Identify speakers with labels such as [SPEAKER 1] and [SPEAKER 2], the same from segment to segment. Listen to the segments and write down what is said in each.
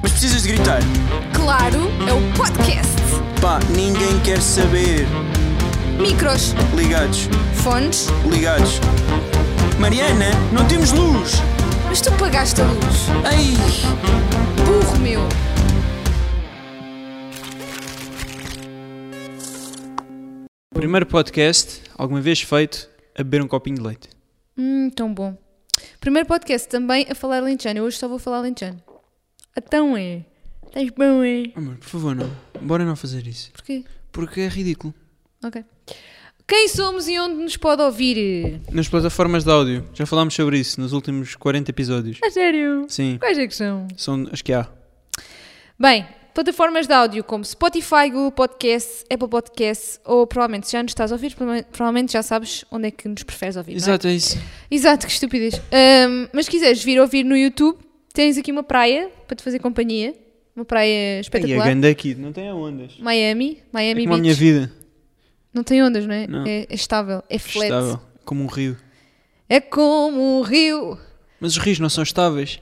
[SPEAKER 1] precisas de gritar?
[SPEAKER 2] Claro, é o podcast.
[SPEAKER 1] Pá, ninguém quer saber.
[SPEAKER 2] Micros,
[SPEAKER 1] Ligados,
[SPEAKER 2] fones,
[SPEAKER 1] ligados. Mariana, não temos luz!
[SPEAKER 2] mas tu pagaste a luz.
[SPEAKER 1] Ai!
[SPEAKER 2] Burro meu.
[SPEAKER 3] Primeiro podcast alguma vez feito a beber um copinho de leite.
[SPEAKER 2] Hum, tão bom. Primeiro podcast também a falar lentejano. Eu hoje só vou falar lentejano. Então é. Estás bom, é?
[SPEAKER 3] Oh, Amor, por favor, não. Bora não fazer isso.
[SPEAKER 2] Porquê?
[SPEAKER 3] Porque é ridículo.
[SPEAKER 2] Ok. Quem somos e onde nos pode ouvir?
[SPEAKER 3] Nas plataformas de áudio, já falámos sobre isso nos últimos 40 episódios.
[SPEAKER 2] A sério?
[SPEAKER 3] Sim,
[SPEAKER 2] Quais é que são?
[SPEAKER 3] são as que há.
[SPEAKER 2] Bem, plataformas de áudio como Spotify, Google Podcasts, Apple Podcasts ou provavelmente já nos estás a ouvir, prova- provavelmente já sabes onde é que nos preferes ouvir. não é?
[SPEAKER 3] Exato, é isso.
[SPEAKER 2] Exato, que estupidez. Ahm, mas se quiseres vir ouvir no YouTube, tens aqui uma praia para te fazer companhia. Uma praia
[SPEAKER 3] E a
[SPEAKER 2] espetacular.
[SPEAKER 3] ganda é aqui, não tem ondas.
[SPEAKER 2] Miami,
[SPEAKER 3] É
[SPEAKER 2] Miami
[SPEAKER 3] como a minha
[SPEAKER 2] Beach.
[SPEAKER 3] vida.
[SPEAKER 2] Não tem ondas, não é?
[SPEAKER 3] Não.
[SPEAKER 2] É, é estável, é flat.
[SPEAKER 3] Estável, como um rio.
[SPEAKER 2] É como o rio.
[SPEAKER 3] Mas os rios não são estáveis.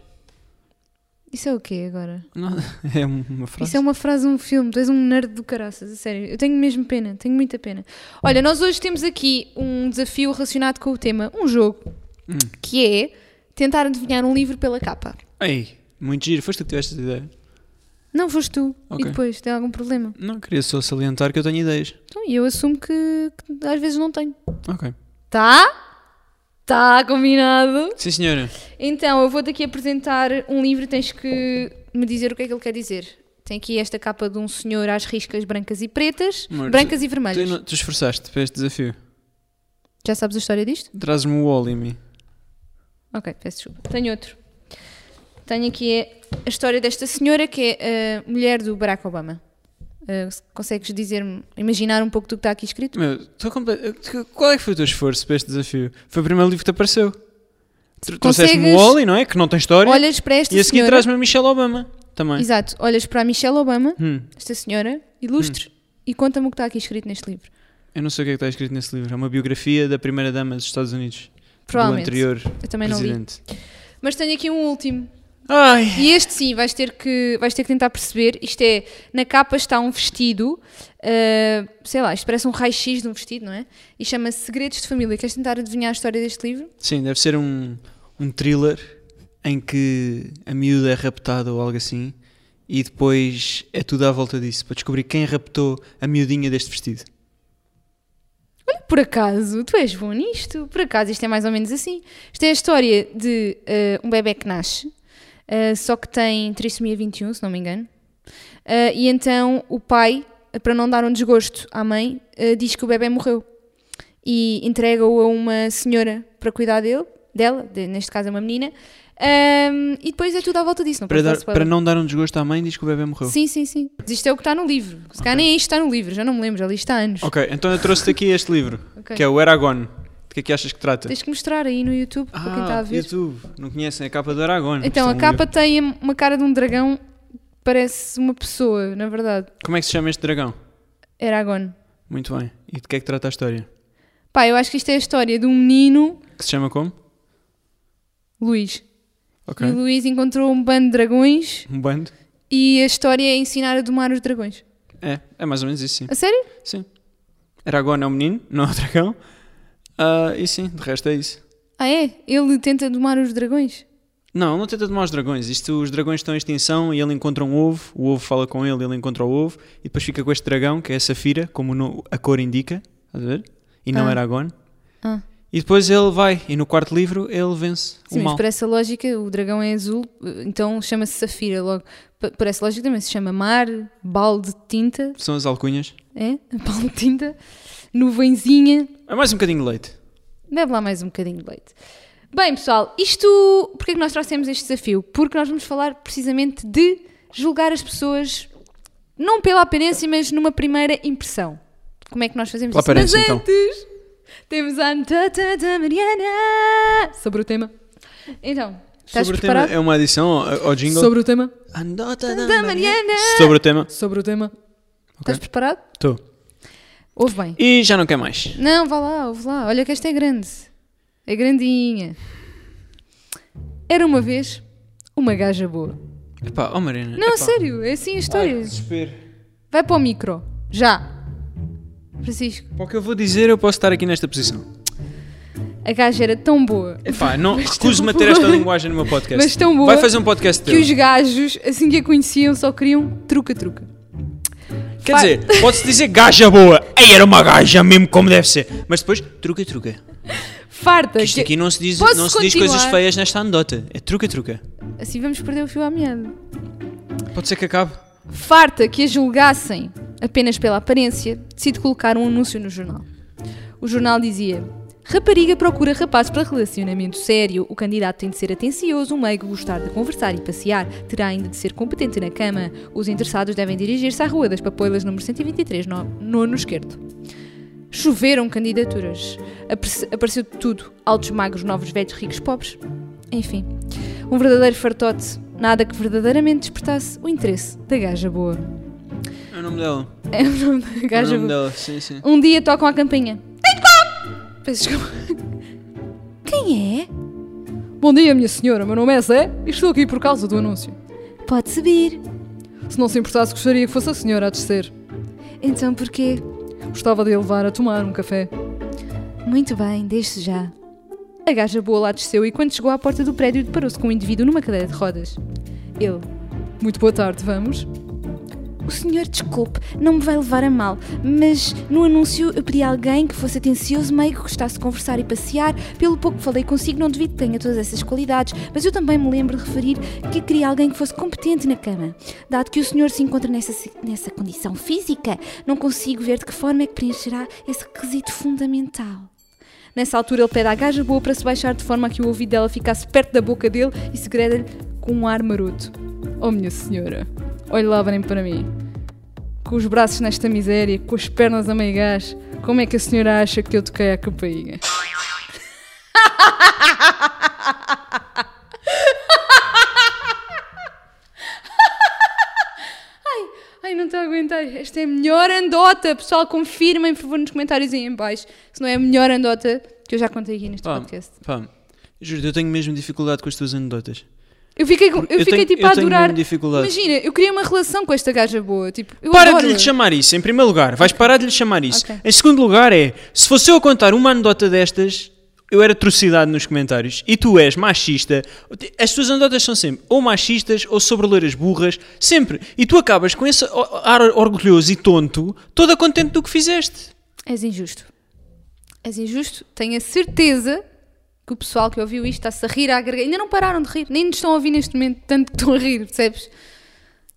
[SPEAKER 2] Isso é o quê agora?
[SPEAKER 3] Não, é uma frase.
[SPEAKER 2] Isso é uma frase de um filme, tu és um nerd do caraças, a sério. Eu tenho mesmo pena, tenho muita pena. Olha, nós hoje temos aqui um desafio relacionado com o tema, um jogo,
[SPEAKER 3] Hum.
[SPEAKER 2] que é tentar adivinhar um livro pela capa.
[SPEAKER 3] Ei, muito giro. Foste tu que tiveste essa ideia?
[SPEAKER 2] Não foste tu,
[SPEAKER 3] Ok.
[SPEAKER 2] e depois, tem algum problema?
[SPEAKER 3] Não, queria só salientar que eu tenho ideias.
[SPEAKER 2] Então, e eu assumo que, que às vezes não tenho.
[SPEAKER 3] Ok.
[SPEAKER 2] Tá? Tá combinado?
[SPEAKER 3] Sim, senhora.
[SPEAKER 2] Então, eu vou daqui apresentar um livro e tens que me dizer o que é que ele quer dizer. Tem aqui esta capa de um senhor às riscas brancas e pretas,
[SPEAKER 3] Amor,
[SPEAKER 2] brancas e
[SPEAKER 3] Tu,
[SPEAKER 2] vermelhas.
[SPEAKER 3] não- tu esforçaste para este desafio.
[SPEAKER 2] Já sabes a história disto?
[SPEAKER 3] Trazes-me o óleo em mim.
[SPEAKER 2] Ok, peço desculpa. Tenho outro. Tenho aqui a história desta senhora que é a mulher do Barack Obama. Ah, se consegues dizer-me, imaginar um pouco do que está aqui escrito?
[SPEAKER 3] Meu, estou comple... Qual é que foi o teu esforço para este desafio? Foi o primeiro livro que te apareceu. Tr- Trouxeste-me o
[SPEAKER 2] Consegues-
[SPEAKER 3] Wally, não é? Que não tem história.
[SPEAKER 2] Olhas para esta
[SPEAKER 3] e a seguir
[SPEAKER 2] senhora.
[SPEAKER 3] traz-me é? a Michelle Obama também.
[SPEAKER 2] Exato, olhas para a Michelle Obama,
[SPEAKER 3] Hum,
[SPEAKER 2] esta senhora, ilustre, e conta-me o que está aqui escrito neste livro.
[SPEAKER 3] eu não sei o que é que está escrito nesse livro. É uma biografia da primeira dama dos Estados Unidos.
[SPEAKER 2] Provavelmente.
[SPEAKER 3] Do anterior
[SPEAKER 2] Eu também não li.
[SPEAKER 3] presidente.
[SPEAKER 2] Mas tenho aqui um último.
[SPEAKER 3] Ai!
[SPEAKER 2] E este sim, vais ter que, vais ter que tentar perceber. Isto é, na capa está um vestido, ah, sei lá, isto parece um raio-x de um vestido, não é? E chama-se Segredos de Família. Queres tentar adivinhar a história deste livro?
[SPEAKER 3] Sim, deve ser um, um thriller em que a miúda é raptada ou algo assim. E depois é tudo à volta disso, para descobrir quem raptou a miudinha deste vestido.
[SPEAKER 2] Por acaso, tu és bom nisto? Por acaso, isto é mais ou menos assim. Isto é a história de eh, um bebê que nasce, eh, só que tem trissomia 21, se não me engano. Eh, e então o pai, eh, para não dar um desgosto à mãe, eh, diz que o bebê morreu. E entrega-o a uma senhora para cuidar dele, dela, de- neste caso é uma menina. Ahm, e depois é tudo à volta disso, não
[SPEAKER 3] Para,
[SPEAKER 2] posso dar
[SPEAKER 3] dar-
[SPEAKER 2] spoiler.
[SPEAKER 3] para não dar um desgosto à mãe, diz que o bebê morreu.
[SPEAKER 2] Sim, sim, sim. Mas Isto é o que está no livro. Se calhar nem é isto que está no livro, já não me lembro, já li isto há anos.
[SPEAKER 3] Ok, então eu trouxe-te aqui este livro,
[SPEAKER 2] Ok.
[SPEAKER 3] que é o Eragon. De que é que achas que trata?
[SPEAKER 2] Tens que mostrar aí no YouTube para quem está a ver.
[SPEAKER 3] Ah, YouTube. Não conhecem a capa do Eragon.
[SPEAKER 2] Então,
[SPEAKER 3] Isto é
[SPEAKER 2] a
[SPEAKER 3] um
[SPEAKER 2] capa
[SPEAKER 3] livro.
[SPEAKER 2] tem uma cara de um dragão, parece uma pessoa, na verdade.
[SPEAKER 3] Como é que se chama este dragão?
[SPEAKER 2] Eragon.
[SPEAKER 3] Muito bem. E de que é que trata a história?
[SPEAKER 2] Pá, eu acho que isto é a história de um menino,
[SPEAKER 3] Que se chama como?
[SPEAKER 2] Luís.
[SPEAKER 3] Ok.
[SPEAKER 2] E o Luís encontrou um bando de dragões
[SPEAKER 3] Um bando?
[SPEAKER 2] e a história é ensinar a domar os dragões.
[SPEAKER 3] É, é mais ou menos isso, sim.
[SPEAKER 2] A sério?
[SPEAKER 3] Sim. Eragon é um menino, não é um dragão. Ah, e sim, de resto é isso.
[SPEAKER 2] Ah, é? Ele tenta domar os dragões?
[SPEAKER 3] Não, ele não tenta tomar os dragões. Isto, os dragões estão em extinção e ele encontra um ovo, o ovo fala com ele, ele encontra o ovo e depois fica com este dragão, que é a safira, como no- a cor indica, estás a ver? E não
[SPEAKER 2] Ah.
[SPEAKER 3] era Aragorn.
[SPEAKER 2] Ah.
[SPEAKER 3] E depois ele vai, e no quarto livro ele vence o
[SPEAKER 2] Sim, mas
[SPEAKER 3] mal.
[SPEAKER 2] por essa lógica, o dragão é azul, então chama-se Safira logo. P- Por essa lógica também se chama mar, balde de tinta,
[SPEAKER 3] São as alcunhas.
[SPEAKER 2] é? Balde de tinta, nuvenzinha.
[SPEAKER 3] É mais um bocadinho de leite.
[SPEAKER 2] Bebe lá mais um bocadinho de leite. Bem, pessoal, isto. Porquê é que nós trouxemos este desafio? Porque nós vamos falar precisamente de julgar as pessoas, não pela aparência, mas numa primeira impressão. Como é que nós fazemos
[SPEAKER 3] Pela
[SPEAKER 2] isso? Mas
[SPEAKER 3] aparência, então.
[SPEAKER 2] antes, temos a anedota da Mariana sobre o tema. Então, estás
[SPEAKER 3] Sobre o tema,
[SPEAKER 2] preparado?
[SPEAKER 3] é uma adição ao ao jingle.
[SPEAKER 2] Sobre o tema.
[SPEAKER 3] Anota
[SPEAKER 2] Da Mariana.
[SPEAKER 3] Sobre o tema.
[SPEAKER 2] Sobre o tema. Estás preparado?
[SPEAKER 3] Estou.
[SPEAKER 2] Ouve bem.
[SPEAKER 3] E já não quer mais.
[SPEAKER 2] Não, vá lá, ouve lá. Olha que esta é grande. É grandinha. Era uma vez uma gaja boa.
[SPEAKER 3] Epá, oh Mariana.
[SPEAKER 2] Não, a
[SPEAKER 3] epá.
[SPEAKER 2] sério, é assim a
[SPEAKER 3] Ai, que
[SPEAKER 2] história.
[SPEAKER 3] desespero.
[SPEAKER 2] Vai para o micro, já. Francisco,
[SPEAKER 3] Para o que eu vou dizer, eu posso estar aqui nesta posição.
[SPEAKER 2] a gaja era tão boa
[SPEAKER 3] Epá, não
[SPEAKER 2] Mas
[SPEAKER 3] recuso-me a
[SPEAKER 2] tão
[SPEAKER 3] ter esta
[SPEAKER 2] boa.
[SPEAKER 3] linguagem no meu podcast.
[SPEAKER 2] Mas tão boa
[SPEAKER 3] Vai fazer um podcast
[SPEAKER 2] que
[SPEAKER 3] teu.
[SPEAKER 2] os gajos, assim que a conheciam, só queriam truca-truca.
[SPEAKER 3] Quer
[SPEAKER 2] Vai.
[SPEAKER 3] dizer, pode-se dizer gaja boa. Ei, era uma gaja mesmo como deve ser. Mas depois, truca, truca.
[SPEAKER 2] Farta.
[SPEAKER 3] Que isto
[SPEAKER 2] que-
[SPEAKER 3] aqui não se diz,
[SPEAKER 2] Posso
[SPEAKER 3] não se diz
[SPEAKER 2] continuar?
[SPEAKER 3] coisas feias nesta anedota. É truca, truca.
[SPEAKER 2] Assim vamos perder o fio à meada.
[SPEAKER 3] Pode ser que acabe.
[SPEAKER 2] Farta que a julgassem apenas pela aparência, decide colocar um anúncio no jornal. O jornal dizia: Rapariga procura rapaz para relacionamento sério. O candidato tem de ser atencioso, meigo, gostar de conversar e passear. Terá ainda de ser competente na cama. Os interessados devem dirigir-se à Rua das Papoilas, número 123, no, nono esquerdo. Choveram candidaturas. Apare- Apareceu de tudo: altos, magros, novos, velhos, ricos, pobres. Enfim, um verdadeiro fartote. Nada que verdadeiramente despertasse o interesse da gaja boa.
[SPEAKER 3] É o nome dela.
[SPEAKER 2] É o nome da
[SPEAKER 3] É o
[SPEAKER 2] gaja
[SPEAKER 3] nome
[SPEAKER 2] boa.
[SPEAKER 3] dela, sim, sim.
[SPEAKER 2] Um dia tocam a campainha. Tem Peço desculpa. Quem é? Bom dia, minha senhora. Meu nome é Zé e estou aqui por causa do anúncio. Pode subir. Se não se importasse, gostaria que fosse a senhora a descer. Então porquê? Gostava de a levar a tomar um café. Muito bem, desde já. A gaja boa lá desceu e quando chegou à porta do prédio deparou-se com um indivíduo numa cadeira de rodas. Ele. Muito boa tarde, vamos? O senhor, desculpe, não me vai levar a mal, mas no anúncio eu pedi a alguém que fosse atencioso, meio que gostasse de conversar e passear. Pelo pouco que falei consigo, não devido que tenha todas essas qualidades, mas eu também me lembro de referir que queria alguém que fosse competente na cama. Dado que o senhor se encontra nessa, si- nessa condição física, não consigo ver de que forma é que preencherá esse requisito fundamental. Nessa altura, ele pede à gaja boa para se baixar de forma a que o ouvido dela ficasse perto da boca dele e segreda-lhe com um ar maroto. Oh, minha senhora, olhe lá bem para mim. Com os braços nesta miséria, com as pernas a meio gás, como é que a senhora acha que eu toquei à campainha? Ai, não estou a aguentar. Esta é a melhor andota. Pessoal, confirmem, por favor, nos comentários aí em baixo. Se não é a melhor andota que eu já contei aqui neste
[SPEAKER 3] Pá,
[SPEAKER 2] podcast.
[SPEAKER 3] pá. Juro, eu tenho mesmo dificuldade com as tuas anedotas.
[SPEAKER 2] Eu fiquei, com- eu
[SPEAKER 3] Eu
[SPEAKER 2] fiquei
[SPEAKER 3] tenho-
[SPEAKER 2] tipo
[SPEAKER 3] eu
[SPEAKER 2] a
[SPEAKER 3] tenho
[SPEAKER 2] adorar.
[SPEAKER 3] mesmo dificuldade.
[SPEAKER 2] Imagina, eu queria uma relação com esta gaja boa. Tipo, eu
[SPEAKER 3] Para
[SPEAKER 2] adoro.
[SPEAKER 3] de lhe chamar isso, em primeiro lugar. Vais parar de lhe chamar isso.
[SPEAKER 2] Ok.
[SPEAKER 3] Em segundo lugar é, se fosse eu a contar uma anedota destas, eu era atrocidade nos comentários. E tu és machista. As tuas anedotas são sempre ou machistas ou sobre loiras burras, sempre. E tu acabas com esse o- ar orgulhoso e tonto, toda contente do que fizeste.
[SPEAKER 2] És injusto. És injusto. Tenho a certeza que o pessoal que ouviu isto está-se a rir à garganta. Ainda não pararam de rir. Nem nos estão a ouvir neste momento, tanto que estão a rir, percebes?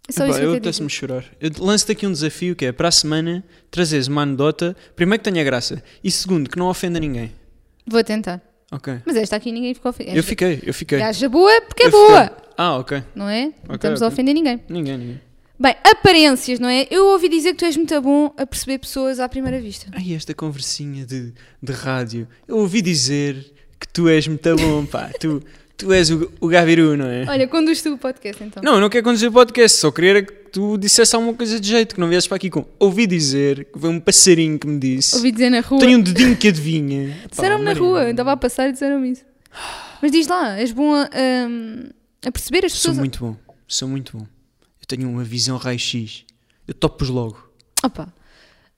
[SPEAKER 2] É
[SPEAKER 3] Epá,
[SPEAKER 2] só isso que eu
[SPEAKER 3] eu
[SPEAKER 2] quero dizer.
[SPEAKER 3] apetece-me chorar. Eu lanço-te aqui um desafio que é, para a semana, trazeres uma anedota, primeiro que tenha graça, e segundo, que não ofenda ninguém.
[SPEAKER 2] Vou tentar.
[SPEAKER 3] Ok.
[SPEAKER 2] Mas esta aqui ninguém ficou ofendido.
[SPEAKER 3] Eu fiquei, eu fiquei.
[SPEAKER 2] Gaja boa porque é
[SPEAKER 3] Eu
[SPEAKER 2] boa,
[SPEAKER 3] fiquei. Ah, ok.
[SPEAKER 2] não é? não
[SPEAKER 3] Ok,
[SPEAKER 2] estamos a
[SPEAKER 3] ok.
[SPEAKER 2] ofender ninguém.
[SPEAKER 3] Ninguém, ninguém.
[SPEAKER 2] Bem, aparências, não é? Eu ouvi dizer que tu és muito bom a perceber pessoas à primeira vista.
[SPEAKER 3] Ai, esta conversinha de, de rádio. Eu ouvi dizer que tu és muito bom, pá. tu, tu és o, o Gaviru, não é?
[SPEAKER 2] Olha, conduz tu o podcast então.
[SPEAKER 3] Não, eu não quero conduzir o podcast, só queria era que tu dissesse alguma coisa de jeito, que não viesses para aqui com. Ouvi dizer que foi um passarinho que me disse.
[SPEAKER 2] Ouvi dizer na rua.
[SPEAKER 3] Tenho um dedinho que adivinha. Pá,
[SPEAKER 2] Disseram-me na
[SPEAKER 3] Maria.
[SPEAKER 2] rua, andava a passar e disseram-me isso. Mas diz lá, és bom a, hum, a- a perceber as
[SPEAKER 3] Sou
[SPEAKER 2] pessoas.
[SPEAKER 3] muito bom, sou muito bom. Eu tenho uma visão raio-x. Eu topo-os logo.
[SPEAKER 2] Opa.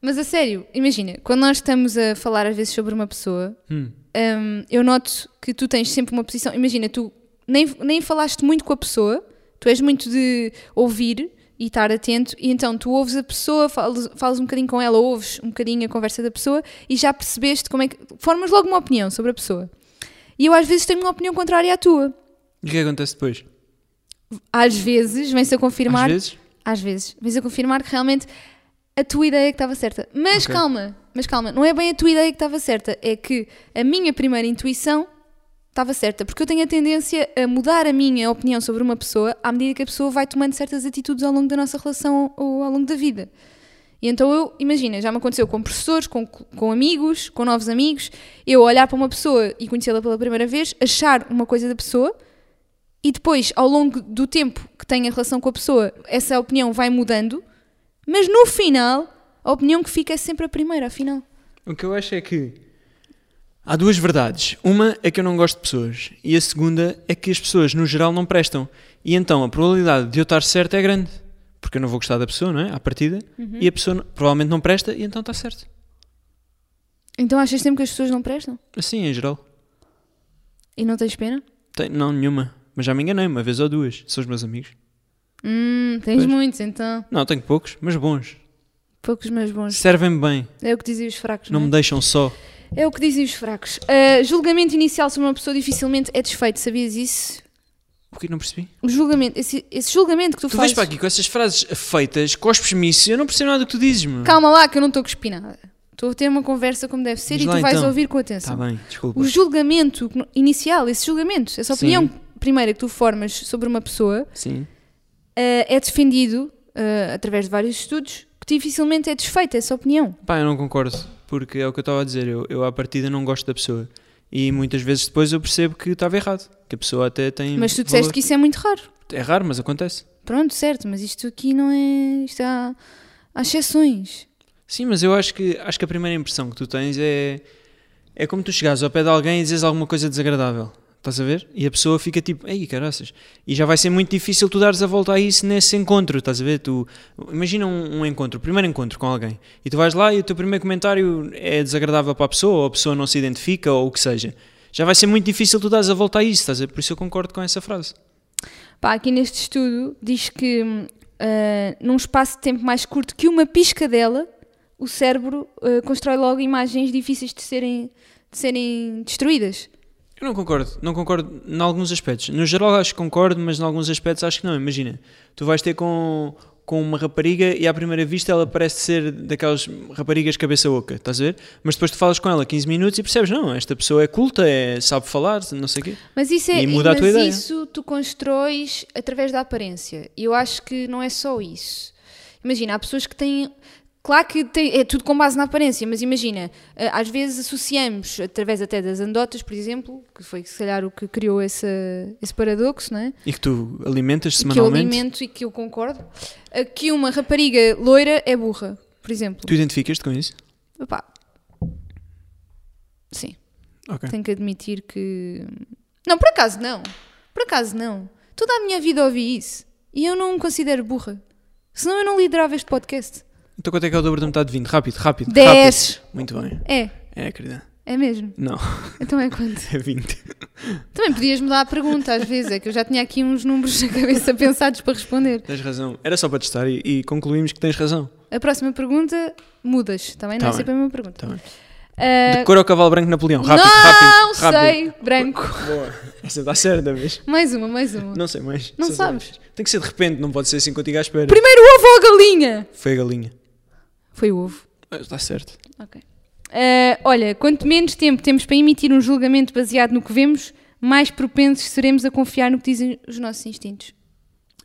[SPEAKER 2] Mas a sério, imagina, quando nós estamos a falar às vezes sobre uma pessoa,
[SPEAKER 3] Hum.
[SPEAKER 2] hum, eu noto que tu tens sempre uma posição. Imagina, tu nem, nem falaste muito com a pessoa, tu és muito de ouvir e estar atento, e então tu ouves a pessoa, falas, falas um bocadinho com ela, ouves um bocadinho a conversa da pessoa e já percebeste como é que. formas logo uma opinião sobre a pessoa. E eu às vezes tenho uma opinião contrária à tua.
[SPEAKER 3] E o que é que acontece depois?
[SPEAKER 2] Às vezes, vem-se a confirmar.
[SPEAKER 3] Às vezes?
[SPEAKER 2] Às vezes. Vens a confirmar que realmente a tua ideia que estava certa. Mas
[SPEAKER 3] Ok.
[SPEAKER 2] calma, mas calma, não é bem a tua ideia que estava certa, é que a minha primeira intuição estava certa, porque eu tenho a tendência a mudar a minha opinião sobre uma pessoa à medida que a pessoa vai tomando certas atitudes ao longo da nossa relação ou ao longo da vida. E então eu, imagina, já me aconteceu com professores, com, com amigos, com novos amigos, eu olhar para uma pessoa e conhecê-la pela primeira vez, achar uma coisa da pessoa e depois, ao longo do tempo que tenho a relação com a pessoa, essa opinião vai mudando, mas no final, a opinião que fica é sempre a primeira, afinal.
[SPEAKER 3] O que eu acho é que Há duas verdades. Uma é que eu não gosto de pessoas. E a segunda é que as pessoas, no geral, não prestam. E então a probabilidade de eu estar certo é grande. Porque eu não vou gostar da pessoa, não é? À partida.
[SPEAKER 2] Uhum.
[SPEAKER 3] E a pessoa não- provavelmente não presta e então está certo.
[SPEAKER 2] Então achas sempre que as pessoas não prestam?
[SPEAKER 3] Assim, em geral.
[SPEAKER 2] E não tens pena?
[SPEAKER 3] Tem- não, nenhuma. Mas já me enganei, uma vez ou duas. São os meus amigos.
[SPEAKER 2] Hum, tens
[SPEAKER 3] Pois.
[SPEAKER 2] muitos, então.
[SPEAKER 3] Não, tenho poucos, mas bons.
[SPEAKER 2] Poucos meus bons.
[SPEAKER 3] Servem-me bem.
[SPEAKER 2] É o que dizem os fracos,
[SPEAKER 3] Não
[SPEAKER 2] não, é?
[SPEAKER 3] me deixam só.
[SPEAKER 2] É o que dizem os fracos. Ah, julgamento inicial sobre uma pessoa dificilmente é desfeito, sabias isso?
[SPEAKER 3] Porque não percebi.
[SPEAKER 2] O julgamento, esse, esse julgamento que tu,
[SPEAKER 3] Tu
[SPEAKER 2] fazes...
[SPEAKER 3] vês para aqui com essas frases feitas, cospes-me isso. Eu não é? percebo nada do que tu dizes, mano.
[SPEAKER 2] Calma lá que eu não estou cuspinada. Estou a ter uma conversa como deve ser
[SPEAKER 3] Diz
[SPEAKER 2] e
[SPEAKER 3] lá,
[SPEAKER 2] tu vais
[SPEAKER 3] então.
[SPEAKER 2] ouvir com
[SPEAKER 3] Está
[SPEAKER 2] atenção.
[SPEAKER 3] bem, desculpa.
[SPEAKER 2] o julgamento que no- inicial, esse julgamento, essa
[SPEAKER 3] Sim.
[SPEAKER 2] opinião primeira que tu formas sobre uma pessoa
[SPEAKER 3] Sim.
[SPEAKER 2] ah, é defendido ah, através de vários estudos que dificilmente é desfeita essa opinião.
[SPEAKER 3] Pá, eu não concordo, porque é o que eu estava a dizer, eu, eu à partida não gosto da pessoa. E muitas vezes depois eu percebo que estava errado, que a pessoa até tem.
[SPEAKER 2] Mas tu disseste que isso é muito raro.
[SPEAKER 3] que. É raro, mas acontece.
[SPEAKER 2] Pronto, certo, mas isto aqui não é. Isto há, há exceções.
[SPEAKER 3] Sim, mas eu acho que, acho que a primeira impressão que tu tens é. É como tu chegares ao pé de alguém e dizes alguma coisa desagradável. Estás a ver? E a pessoa fica tipo, ei, caraças. E já vai ser muito difícil tu dares a volta a isso nesse encontro, estás a ver? Tu, imagina um, um encontro, o primeiro encontro com alguém. E tu vais lá e o teu primeiro comentário é desagradável para a pessoa, ou a pessoa não se identifica, ou o que seja. Já vai ser muito difícil tu dares a volta a isso, estás a ver? Por isso eu concordo com essa frase.
[SPEAKER 2] Pá, aqui neste estudo diz que hum, ah, num espaço de tempo mais curto que uma piscadela, o cérebro ah, constrói logo imagens difíceis de serem, de serem destruídas.
[SPEAKER 3] Eu não concordo, não concordo em alguns aspectos. No geral acho que concordo, mas em alguns aspectos acho que não. Imagina, tu vais ter com, com uma rapariga e à primeira vista ela parece ser daquelas raparigas cabeça oca, estás a ver? Mas depois tu falas com ela 15 minutos e percebes, não, esta pessoa é culta, é, sabe falar, não sei o quê.
[SPEAKER 2] Mas isso é
[SPEAKER 3] E muda a
[SPEAKER 2] mas
[SPEAKER 3] tua ideia.
[SPEAKER 2] isso tu constróis através da aparência. E eu acho que não é só isso. Imagina, há pessoas que têm. Claro que tem- é tudo com base na aparência, mas imagina, eh, às vezes associamos, através até das andotas, por exemplo, que foi se calhar o que criou esse, esse paradoxo, não é?
[SPEAKER 3] E que tu alimentas
[SPEAKER 2] que eu
[SPEAKER 3] semanalmente.
[SPEAKER 2] alimento e que eu concordo, eh, que uma rapariga loira é burra, por exemplo.
[SPEAKER 3] Tu identificas-te com isso?
[SPEAKER 2] Epá. Sim.
[SPEAKER 3] Ok.
[SPEAKER 2] Tenho que admitir que. Não, por acaso não. Por acaso não. Toda a minha vida ouvi isso. E eu não me considero burra. Senão eu não liderava este podcast.
[SPEAKER 3] Então quanto é que é o dobro da metade de 20? Rápido, rápido,
[SPEAKER 2] Dez.
[SPEAKER 3] rápido. Muito bem.
[SPEAKER 2] É,
[SPEAKER 3] É, querida.
[SPEAKER 2] é mesmo.
[SPEAKER 3] Não,
[SPEAKER 2] Então é quanto?
[SPEAKER 3] é 20.
[SPEAKER 2] Também podias mudar a pergunta às vezes, é que eu já tinha aqui uns números na cabeça pensados para responder.
[SPEAKER 3] Tens razão. Era só para testar e, e concluímos que tens razão.
[SPEAKER 2] A próxima pergunta, mudas, também não
[SPEAKER 3] Tá
[SPEAKER 2] é
[SPEAKER 3] bem.
[SPEAKER 2] sempre a mesma
[SPEAKER 3] Tá
[SPEAKER 2] pergunta.
[SPEAKER 3] bem.
[SPEAKER 2] Ah,
[SPEAKER 3] De cor ao cavalo branco Napoleão. Rápido,
[SPEAKER 2] não
[SPEAKER 3] rápido, rápido.
[SPEAKER 2] sei, branco.
[SPEAKER 3] Boa. Essa dá certo da vez.
[SPEAKER 2] Mais uma, mais uma.
[SPEAKER 3] Não sei mais.
[SPEAKER 2] Não
[SPEAKER 3] Só
[SPEAKER 2] sabes?
[SPEAKER 3] sei mais. Tem que ser de repente, não pode ser assim contigo à espera.
[SPEAKER 2] Primeiro ovo ou galinha?
[SPEAKER 3] Foi a galinha.
[SPEAKER 2] Foi o ovo.
[SPEAKER 3] Ah, Está certo.
[SPEAKER 2] Ok. Ah, olha, quanto menos tempo temos para emitir um julgamento baseado no que vemos, mais propensos seremos a confiar no que dizem os nossos instintos.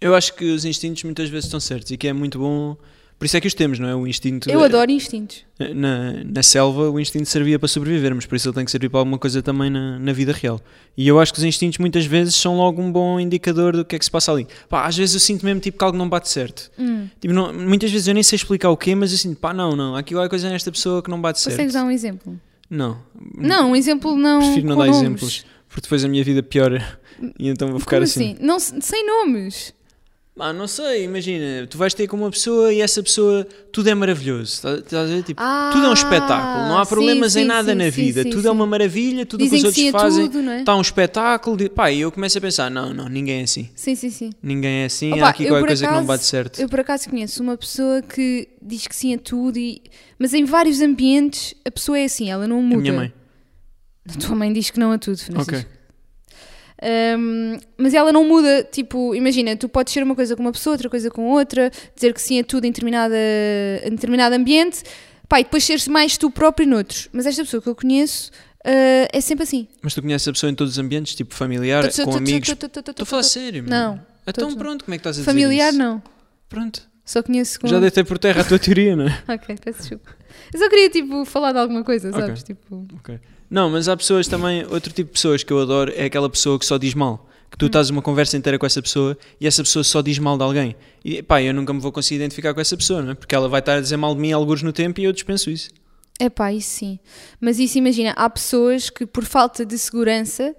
[SPEAKER 3] Eu acho que os instintos muitas vezes estão certos e que é muito bom. Por isso é que os temos, não é? O instinto.
[SPEAKER 2] Eu adoro instintos.
[SPEAKER 3] Na, na selva, o instinto servia para sobrevivermos, por isso ele tem que servir para alguma coisa também na, na vida real. E eu acho que os instintos muitas vezes são logo um bom indicador do que é que se passa ali. Pá, às vezes eu sinto mesmo tipo, que algo não bate certo.
[SPEAKER 2] Hum.
[SPEAKER 3] Tipo, não- muitas vezes eu nem sei explicar o quê, mas eu sinto, pá, não, não, há aqui qualquer coisa nesta pessoa que não bate certo.
[SPEAKER 2] Consegues dar um exemplo?
[SPEAKER 3] Não,
[SPEAKER 2] Não, um exemplo não.
[SPEAKER 3] Prefiro não
[SPEAKER 2] com
[SPEAKER 3] dar
[SPEAKER 2] nomes.
[SPEAKER 3] exemplos, porque depois a minha vida piora e então vou ficar
[SPEAKER 2] Como
[SPEAKER 3] assim.
[SPEAKER 2] assim? Não, se- sem nomes.
[SPEAKER 3] Ah, não sei, imagina, tu vais ter com uma pessoa e essa pessoa, tudo é maravilhoso, estás estás a ver? Tipo,
[SPEAKER 2] Ah,
[SPEAKER 3] tudo é um espetáculo, não há
[SPEAKER 2] sim,
[SPEAKER 3] problemas em
[SPEAKER 2] sim,
[SPEAKER 3] nada
[SPEAKER 2] sim,
[SPEAKER 3] na
[SPEAKER 2] sim,
[SPEAKER 3] vida,
[SPEAKER 2] sim,
[SPEAKER 3] tudo
[SPEAKER 2] sim.
[SPEAKER 3] é uma maravilha, tudo o que
[SPEAKER 2] Dizem
[SPEAKER 3] os
[SPEAKER 2] que
[SPEAKER 3] outros
[SPEAKER 2] sim a
[SPEAKER 3] fazem,
[SPEAKER 2] tudo, não é?
[SPEAKER 3] está um espetáculo, de... pá, e eu começo a pensar, não, não, ninguém é assim,
[SPEAKER 2] Sim, sim, sim.
[SPEAKER 3] ninguém é assim,
[SPEAKER 2] Opa,
[SPEAKER 3] há aqui
[SPEAKER 2] eu
[SPEAKER 3] qualquer
[SPEAKER 2] por
[SPEAKER 3] coisa que não
[SPEAKER 2] acaso-
[SPEAKER 3] bate certo.
[SPEAKER 2] Eu por acaso conheço uma pessoa que diz que sim a tudo, e... mas em vários ambientes a pessoa é assim, ela não muda.
[SPEAKER 3] a minha mãe,
[SPEAKER 2] A tua mãe diz que não a tudo, Francisco.
[SPEAKER 3] ok,
[SPEAKER 2] Ahm, mas ela não muda, tipo, imagina, tu podes ser uma coisa com uma pessoa, outra coisa com outra, dizer que sim a tudo em, determinada, em determinado ambiente, pá, e depois seres mais tu próprio noutros. Mas esta pessoa que eu conheço ah, é sempre assim.
[SPEAKER 3] mas tu conheces a pessoa em todos os ambientes, tipo familiar, com amigos, estou a falar sério, meu.
[SPEAKER 2] Não,
[SPEAKER 3] Então
[SPEAKER 2] todos não.
[SPEAKER 3] pronto, como é que estás a dizer
[SPEAKER 2] Familiar
[SPEAKER 3] isso?
[SPEAKER 2] não,
[SPEAKER 3] Pronto,
[SPEAKER 2] só conheço com...
[SPEAKER 3] já deitei por terra a tua teoria, não é?
[SPEAKER 2] Ok, peço desculpa. Eu só queria, tipo, falar de alguma coisa,
[SPEAKER 3] Ok.
[SPEAKER 2] sabes? Tipo...
[SPEAKER 3] Ok. Não, mas há pessoas também, outro tipo de pessoas que eu adoro é aquela pessoa que só diz mal. Que
[SPEAKER 2] Hum.
[SPEAKER 3] tu estás uma conversa inteira com essa pessoa e essa pessoa só diz mal de alguém. E pá, eu nunca me vou conseguir identificar com essa pessoa, não é? Porque ela vai estar a dizer mal de mim alguns no tempo e eu dispenso isso.
[SPEAKER 2] É pá, isso sim. Mas isso imagina, há pessoas que por falta de segurança,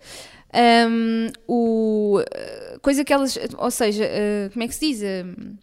[SPEAKER 2] hum, o, eh, coisa que elas, ou seja, eh, como é que se diz? Hum,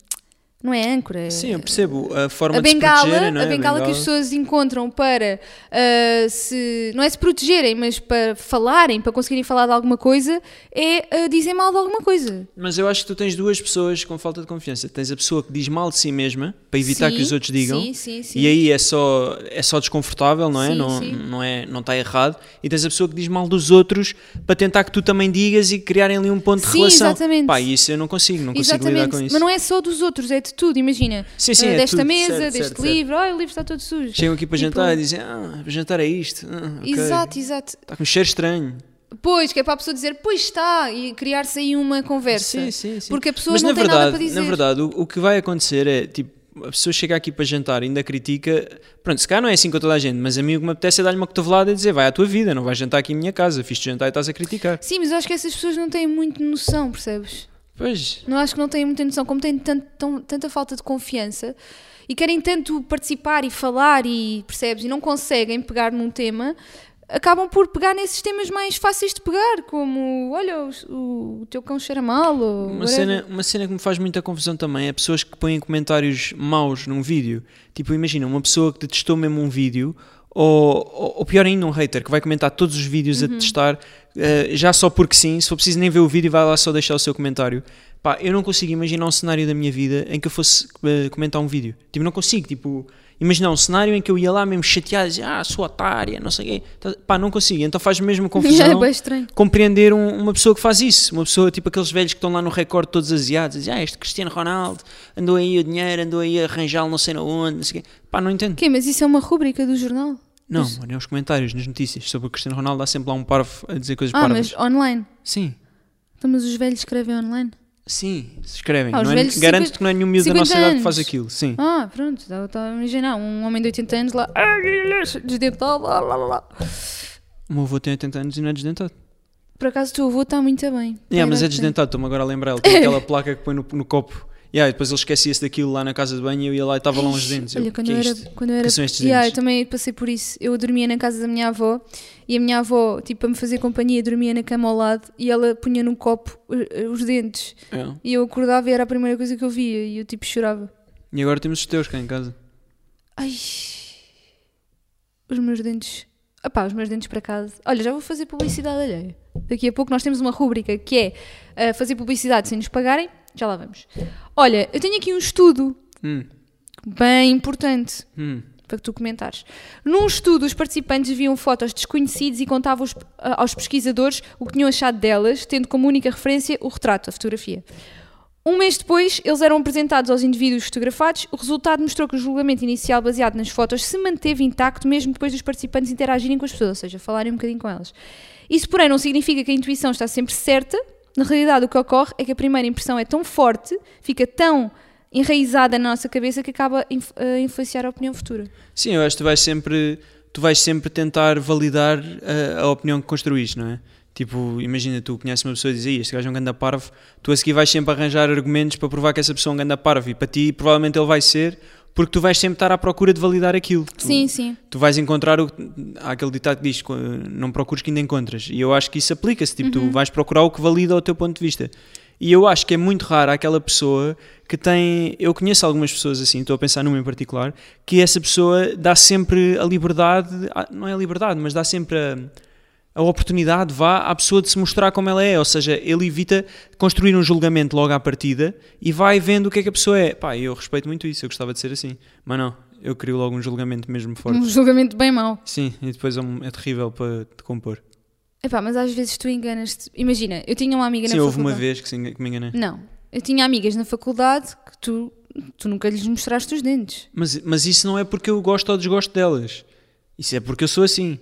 [SPEAKER 2] não é âncora?
[SPEAKER 3] Sim, eu percebo a forma
[SPEAKER 2] a
[SPEAKER 3] de
[SPEAKER 2] bengala,
[SPEAKER 3] se protegerem, não é?
[SPEAKER 2] a bengala que as pessoas encontram para ah, se não é se protegerem, mas para falarem, para conseguirem falar de alguma coisa, é ah, dizer mal de alguma coisa.
[SPEAKER 3] Mas eu acho que tu tens duas pessoas com falta de confiança. Tens a pessoa que diz mal de si mesma para evitar
[SPEAKER 2] Sim,
[SPEAKER 3] que os outros digam.
[SPEAKER 2] sim, sim, sim.
[SPEAKER 3] E aí é só é só desconfortável, não é?
[SPEAKER 2] Sim,
[SPEAKER 3] não
[SPEAKER 2] sim.
[SPEAKER 3] não é, não está errado. E tens a pessoa que diz mal dos outros para tentar que tu também digas e criarem ali um ponto de
[SPEAKER 2] Sim,
[SPEAKER 3] relação.
[SPEAKER 2] exatamente.
[SPEAKER 3] Pá, isso eu não consigo, não consigo lidar com
[SPEAKER 2] Exatamente,
[SPEAKER 3] isso.
[SPEAKER 2] mas não é só dos outros, é de tudo, imagina.
[SPEAKER 3] Sim, sim,
[SPEAKER 2] Ah,
[SPEAKER 3] é
[SPEAKER 2] desta
[SPEAKER 3] tudo,
[SPEAKER 2] mesa,
[SPEAKER 3] certo,
[SPEAKER 2] deste
[SPEAKER 3] certo,
[SPEAKER 2] livro, olha, o livro está todo sujo.
[SPEAKER 3] Chegam aqui para
[SPEAKER 2] Tipo,
[SPEAKER 3] jantar e dizem, ah, jantar é isto. Ah, ok.
[SPEAKER 2] Exato, exato.
[SPEAKER 3] Está com um cheiro estranho.
[SPEAKER 2] Pois, que é para a pessoa dizer, pois está, e criar-se aí uma conversa.
[SPEAKER 3] Sim, sim, sim.
[SPEAKER 2] Porque a pessoa
[SPEAKER 3] Mas
[SPEAKER 2] não
[SPEAKER 3] na
[SPEAKER 2] tem
[SPEAKER 3] verdade,
[SPEAKER 2] nada para dizer.
[SPEAKER 3] Na verdade, o, o que vai acontecer é, tipo, a pessoa chega aqui para jantar e ainda critica. Pronto, se calhar não é assim com toda a gente, mas a mim o que me apetece é dar-lhe uma cotovelada e dizer vai à tua vida, não vais jantar aqui em minha casa, fiz-te jantar e estás a criticar.
[SPEAKER 2] Sim, mas eu acho que essas pessoas não têm muito noção, percebes?
[SPEAKER 3] Pois,
[SPEAKER 2] Não acho que não têm muita noção, como têm tanto- tão- tanta falta de confiança e querem tanto participar e falar e percebes e não conseguem pegar num tema, acabam por pegar nesses temas mais fáceis de pegar, como olha, o, o teu cão cheira mal ou
[SPEAKER 3] uma
[SPEAKER 2] whatever. é
[SPEAKER 3] cena, uma cena que me faz muita confusão também é pessoas que põem comentários maus num vídeo. Tipo, imagina, uma pessoa que detestou mesmo um vídeo. Ou, ou- ou pior ainda, um hater que vai comentar todos os vídeos
[SPEAKER 2] Uhum.
[SPEAKER 3] a testar, eh, já só porque sim, se for preciso nem ver o vídeo, vai lá só deixar o seu comentário. Pá, eu não consigo imaginar um cenário da minha vida em que eu fosse eh, comentar um vídeo. Tipo, não consigo, tipo, imaginar um cenário em que eu ia lá mesmo chateado, dizer, ah, sou otária, não sei o quê. Tá- Pá, não consigo. Então faz mesmo confusão
[SPEAKER 2] É bué estranho.
[SPEAKER 3] compreender um- uma pessoa que faz isso. Uma pessoa, tipo aqueles velhos que estão lá no recorde todos asiados, dizem, ah, este Cristiano Ronaldo andou aí o dinheiro, andou aí a arranjá-lo não sei na onde, não sei o quê. Pá, não entendo.
[SPEAKER 2] Quê? Mas isso é uma rúbrica do jornal?
[SPEAKER 3] Não, mano, é os comentários, nas notícias sobre o Cristiano Ronaldo, há sempre lá um parvo a dizer coisas
[SPEAKER 2] Ah,
[SPEAKER 3] parvas.
[SPEAKER 2] mas online.
[SPEAKER 3] Sim.
[SPEAKER 2] Então, mas os velhos escrevem online?
[SPEAKER 3] Sim, se escrevem.
[SPEAKER 2] Ah, os
[SPEAKER 3] Não é-
[SPEAKER 2] velhos de
[SPEAKER 3] Garanto
[SPEAKER 2] 50
[SPEAKER 3] que não é nenhum miúdo da nossa
[SPEAKER 2] 50
[SPEAKER 3] idade que faz
[SPEAKER 2] anos.
[SPEAKER 3] aquilo. Sim.
[SPEAKER 2] Ah, pronto, estava a imaginar um homem de 80 anos lá, "Ah, "Ai, desdentado, lá, lá, lá, lá.
[SPEAKER 3] O meu avô tem 80 anos e não é desdentado.
[SPEAKER 2] Por acaso o teu avô está muito bem.
[SPEAKER 3] Yeah, mas é
[SPEAKER 2] Tem-
[SPEAKER 3] desdentado, estou-me agora a lembrar. Ele tem aquela placa que põe no, no copo. Yeah, e depois ele esquecia-se daquilo lá na casa de banho e eu ia lá e estava lá uns
[SPEAKER 2] Ixi,
[SPEAKER 3] dentes.
[SPEAKER 2] Olha,
[SPEAKER 3] eu,
[SPEAKER 2] quando
[SPEAKER 3] "Que
[SPEAKER 2] eu,
[SPEAKER 3] é
[SPEAKER 2] era,
[SPEAKER 3] isto?
[SPEAKER 2] quando eu era.
[SPEAKER 3] Que são estes
[SPEAKER 2] Yeah, eu
[SPEAKER 3] dentes?"
[SPEAKER 2] também passei por isso. Eu dormia na casa da minha avó e a minha avó, tipo, a me fazer companhia, dormia na cama ao lado e ela punha num copo eh, os dentes.
[SPEAKER 3] Yeah.
[SPEAKER 2] E eu acordava e era a primeira coisa que eu via e eu, tipo, chorava.
[SPEAKER 3] E agora temos os teus cá em casa.
[SPEAKER 2] Ai. Os meus dentes. Ah pá, os meus dentes para casa. Olha, já vou fazer publicidade alheia. Daqui a pouco nós temos uma rúbrica que é ah, fazer publicidade sem nos pagarem. Já lá vamos. Olha, eu tenho aqui um estudo
[SPEAKER 3] Hum,
[SPEAKER 2] bem importante
[SPEAKER 3] hum.
[SPEAKER 2] para que tu comentares. Num estudo, os participantes viam fotos desconhecidas e contavam aos, a- aos pesquisadores o que tinham achado delas, tendo como única referência o retrato, a fotografia. Um mês depois, eles eram apresentados aos indivíduos fotografados. O resultado mostrou que o julgamento inicial baseado nas fotos se manteve intacto mesmo depois dos participantes interagirem com as pessoas, ou seja, falarem um bocadinho com elas. Isso, porém, não significa que a intuição está sempre certa. Na realidade, o que ocorre é que a primeira impressão é tão forte, fica tão enraizada na nossa cabeça que acaba a inf- a influenciar a opinião futura.
[SPEAKER 3] Sim, eu acho que tu vais sempre, tu vais sempre tentar validar a, a opinião que construís, não é? Tipo, imagina, tu conheces uma pessoa e dizes, "Ih, este gajo é um ganda parvo, tu a seguir vais sempre arranjar argumentos para provar que essa pessoa é um ganda parvo e para ti provavelmente ele vai ser, porque tu vais sempre estar à procura de validar aquilo. Tu-
[SPEAKER 2] Sim, sim.
[SPEAKER 3] tu vais encontrar o há aquele ditado que diz "Co- não procures que ainda encontras e eu acho que isso aplica-se tipo tu vais procurar o que valida o teu ponto de vista e eu acho que é muito raro aquela pessoa que tem eu conheço algumas pessoas assim estou a pensar numa em particular que essa pessoa dá sempre a liberdade a- não é a liberdade mas dá sempre a, a oportunidade vá à pessoa de se mostrar como ela é, ou seja, ele evita construir um julgamento logo à partida e vai vendo o que é que a pessoa é. Pá, eu respeito muito isso, eu gostava de ser assim, mas não, eu crio logo um julgamento mesmo forte.
[SPEAKER 2] Um julgamento bem mau.
[SPEAKER 3] Sim, e depois é, um- é terrível para te compor.
[SPEAKER 2] Epá, mas às vezes tu enganas-te. Imagina, eu tinha uma amiga
[SPEAKER 3] Sim,
[SPEAKER 2] na
[SPEAKER 3] houve uma
[SPEAKER 2] faculdade. Hum.
[SPEAKER 3] vez que, se engan- que me enganei.
[SPEAKER 2] Não. Eu tinha amigas na faculdade que tu, tu nunca lhes mostraste os dentes.
[SPEAKER 3] Mas, mas isso não é porque eu gosto ou desgosto delas. Isso é porque eu sou assim.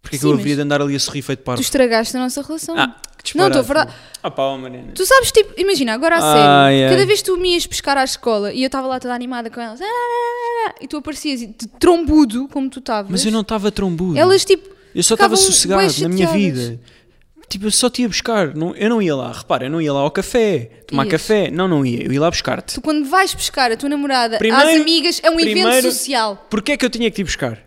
[SPEAKER 3] Porque é que
[SPEAKER 2] Sim,
[SPEAKER 3] eu
[SPEAKER 2] mas-
[SPEAKER 3] haveria de andar ali a sorrir feito
[SPEAKER 2] Tu
[SPEAKER 3] parvo?
[SPEAKER 2] estragaste a nossa relação.
[SPEAKER 3] Ah, que
[SPEAKER 2] Não, estou a
[SPEAKER 3] disparate,
[SPEAKER 2] falar-
[SPEAKER 3] meu. Ah pá, ó, Mariana.
[SPEAKER 2] Tu sabes, tipo, imagina, agora a
[SPEAKER 3] Ai,
[SPEAKER 2] sério,
[SPEAKER 3] ai.
[SPEAKER 2] cada vez que tu me ias pescar à escola e eu estava lá toda animada com elas, "Ah, ah, ah, ah", e tu aparecias e de trombudo, como tu estavas,
[SPEAKER 3] Mas eu não estava trombudo.
[SPEAKER 2] elas tipo.
[SPEAKER 3] Eu só estava
[SPEAKER 2] ficavam
[SPEAKER 3] sossegado
[SPEAKER 2] bué
[SPEAKER 3] na minha
[SPEAKER 2] chateadas.
[SPEAKER 3] vida. Tipo, eu só te ia buscar. Não, eu não ia lá, repara, eu não ia lá ao café, tomar
[SPEAKER 2] Ias.
[SPEAKER 3] café. Não, não ia. Eu ia lá buscar-te.
[SPEAKER 2] Tu quando vais buscar a tua namorada às
[SPEAKER 3] Primeiro-
[SPEAKER 2] amigas é um evento
[SPEAKER 3] primeiro-
[SPEAKER 2] social.
[SPEAKER 3] Porquê é que eu tinha que te ir buscar?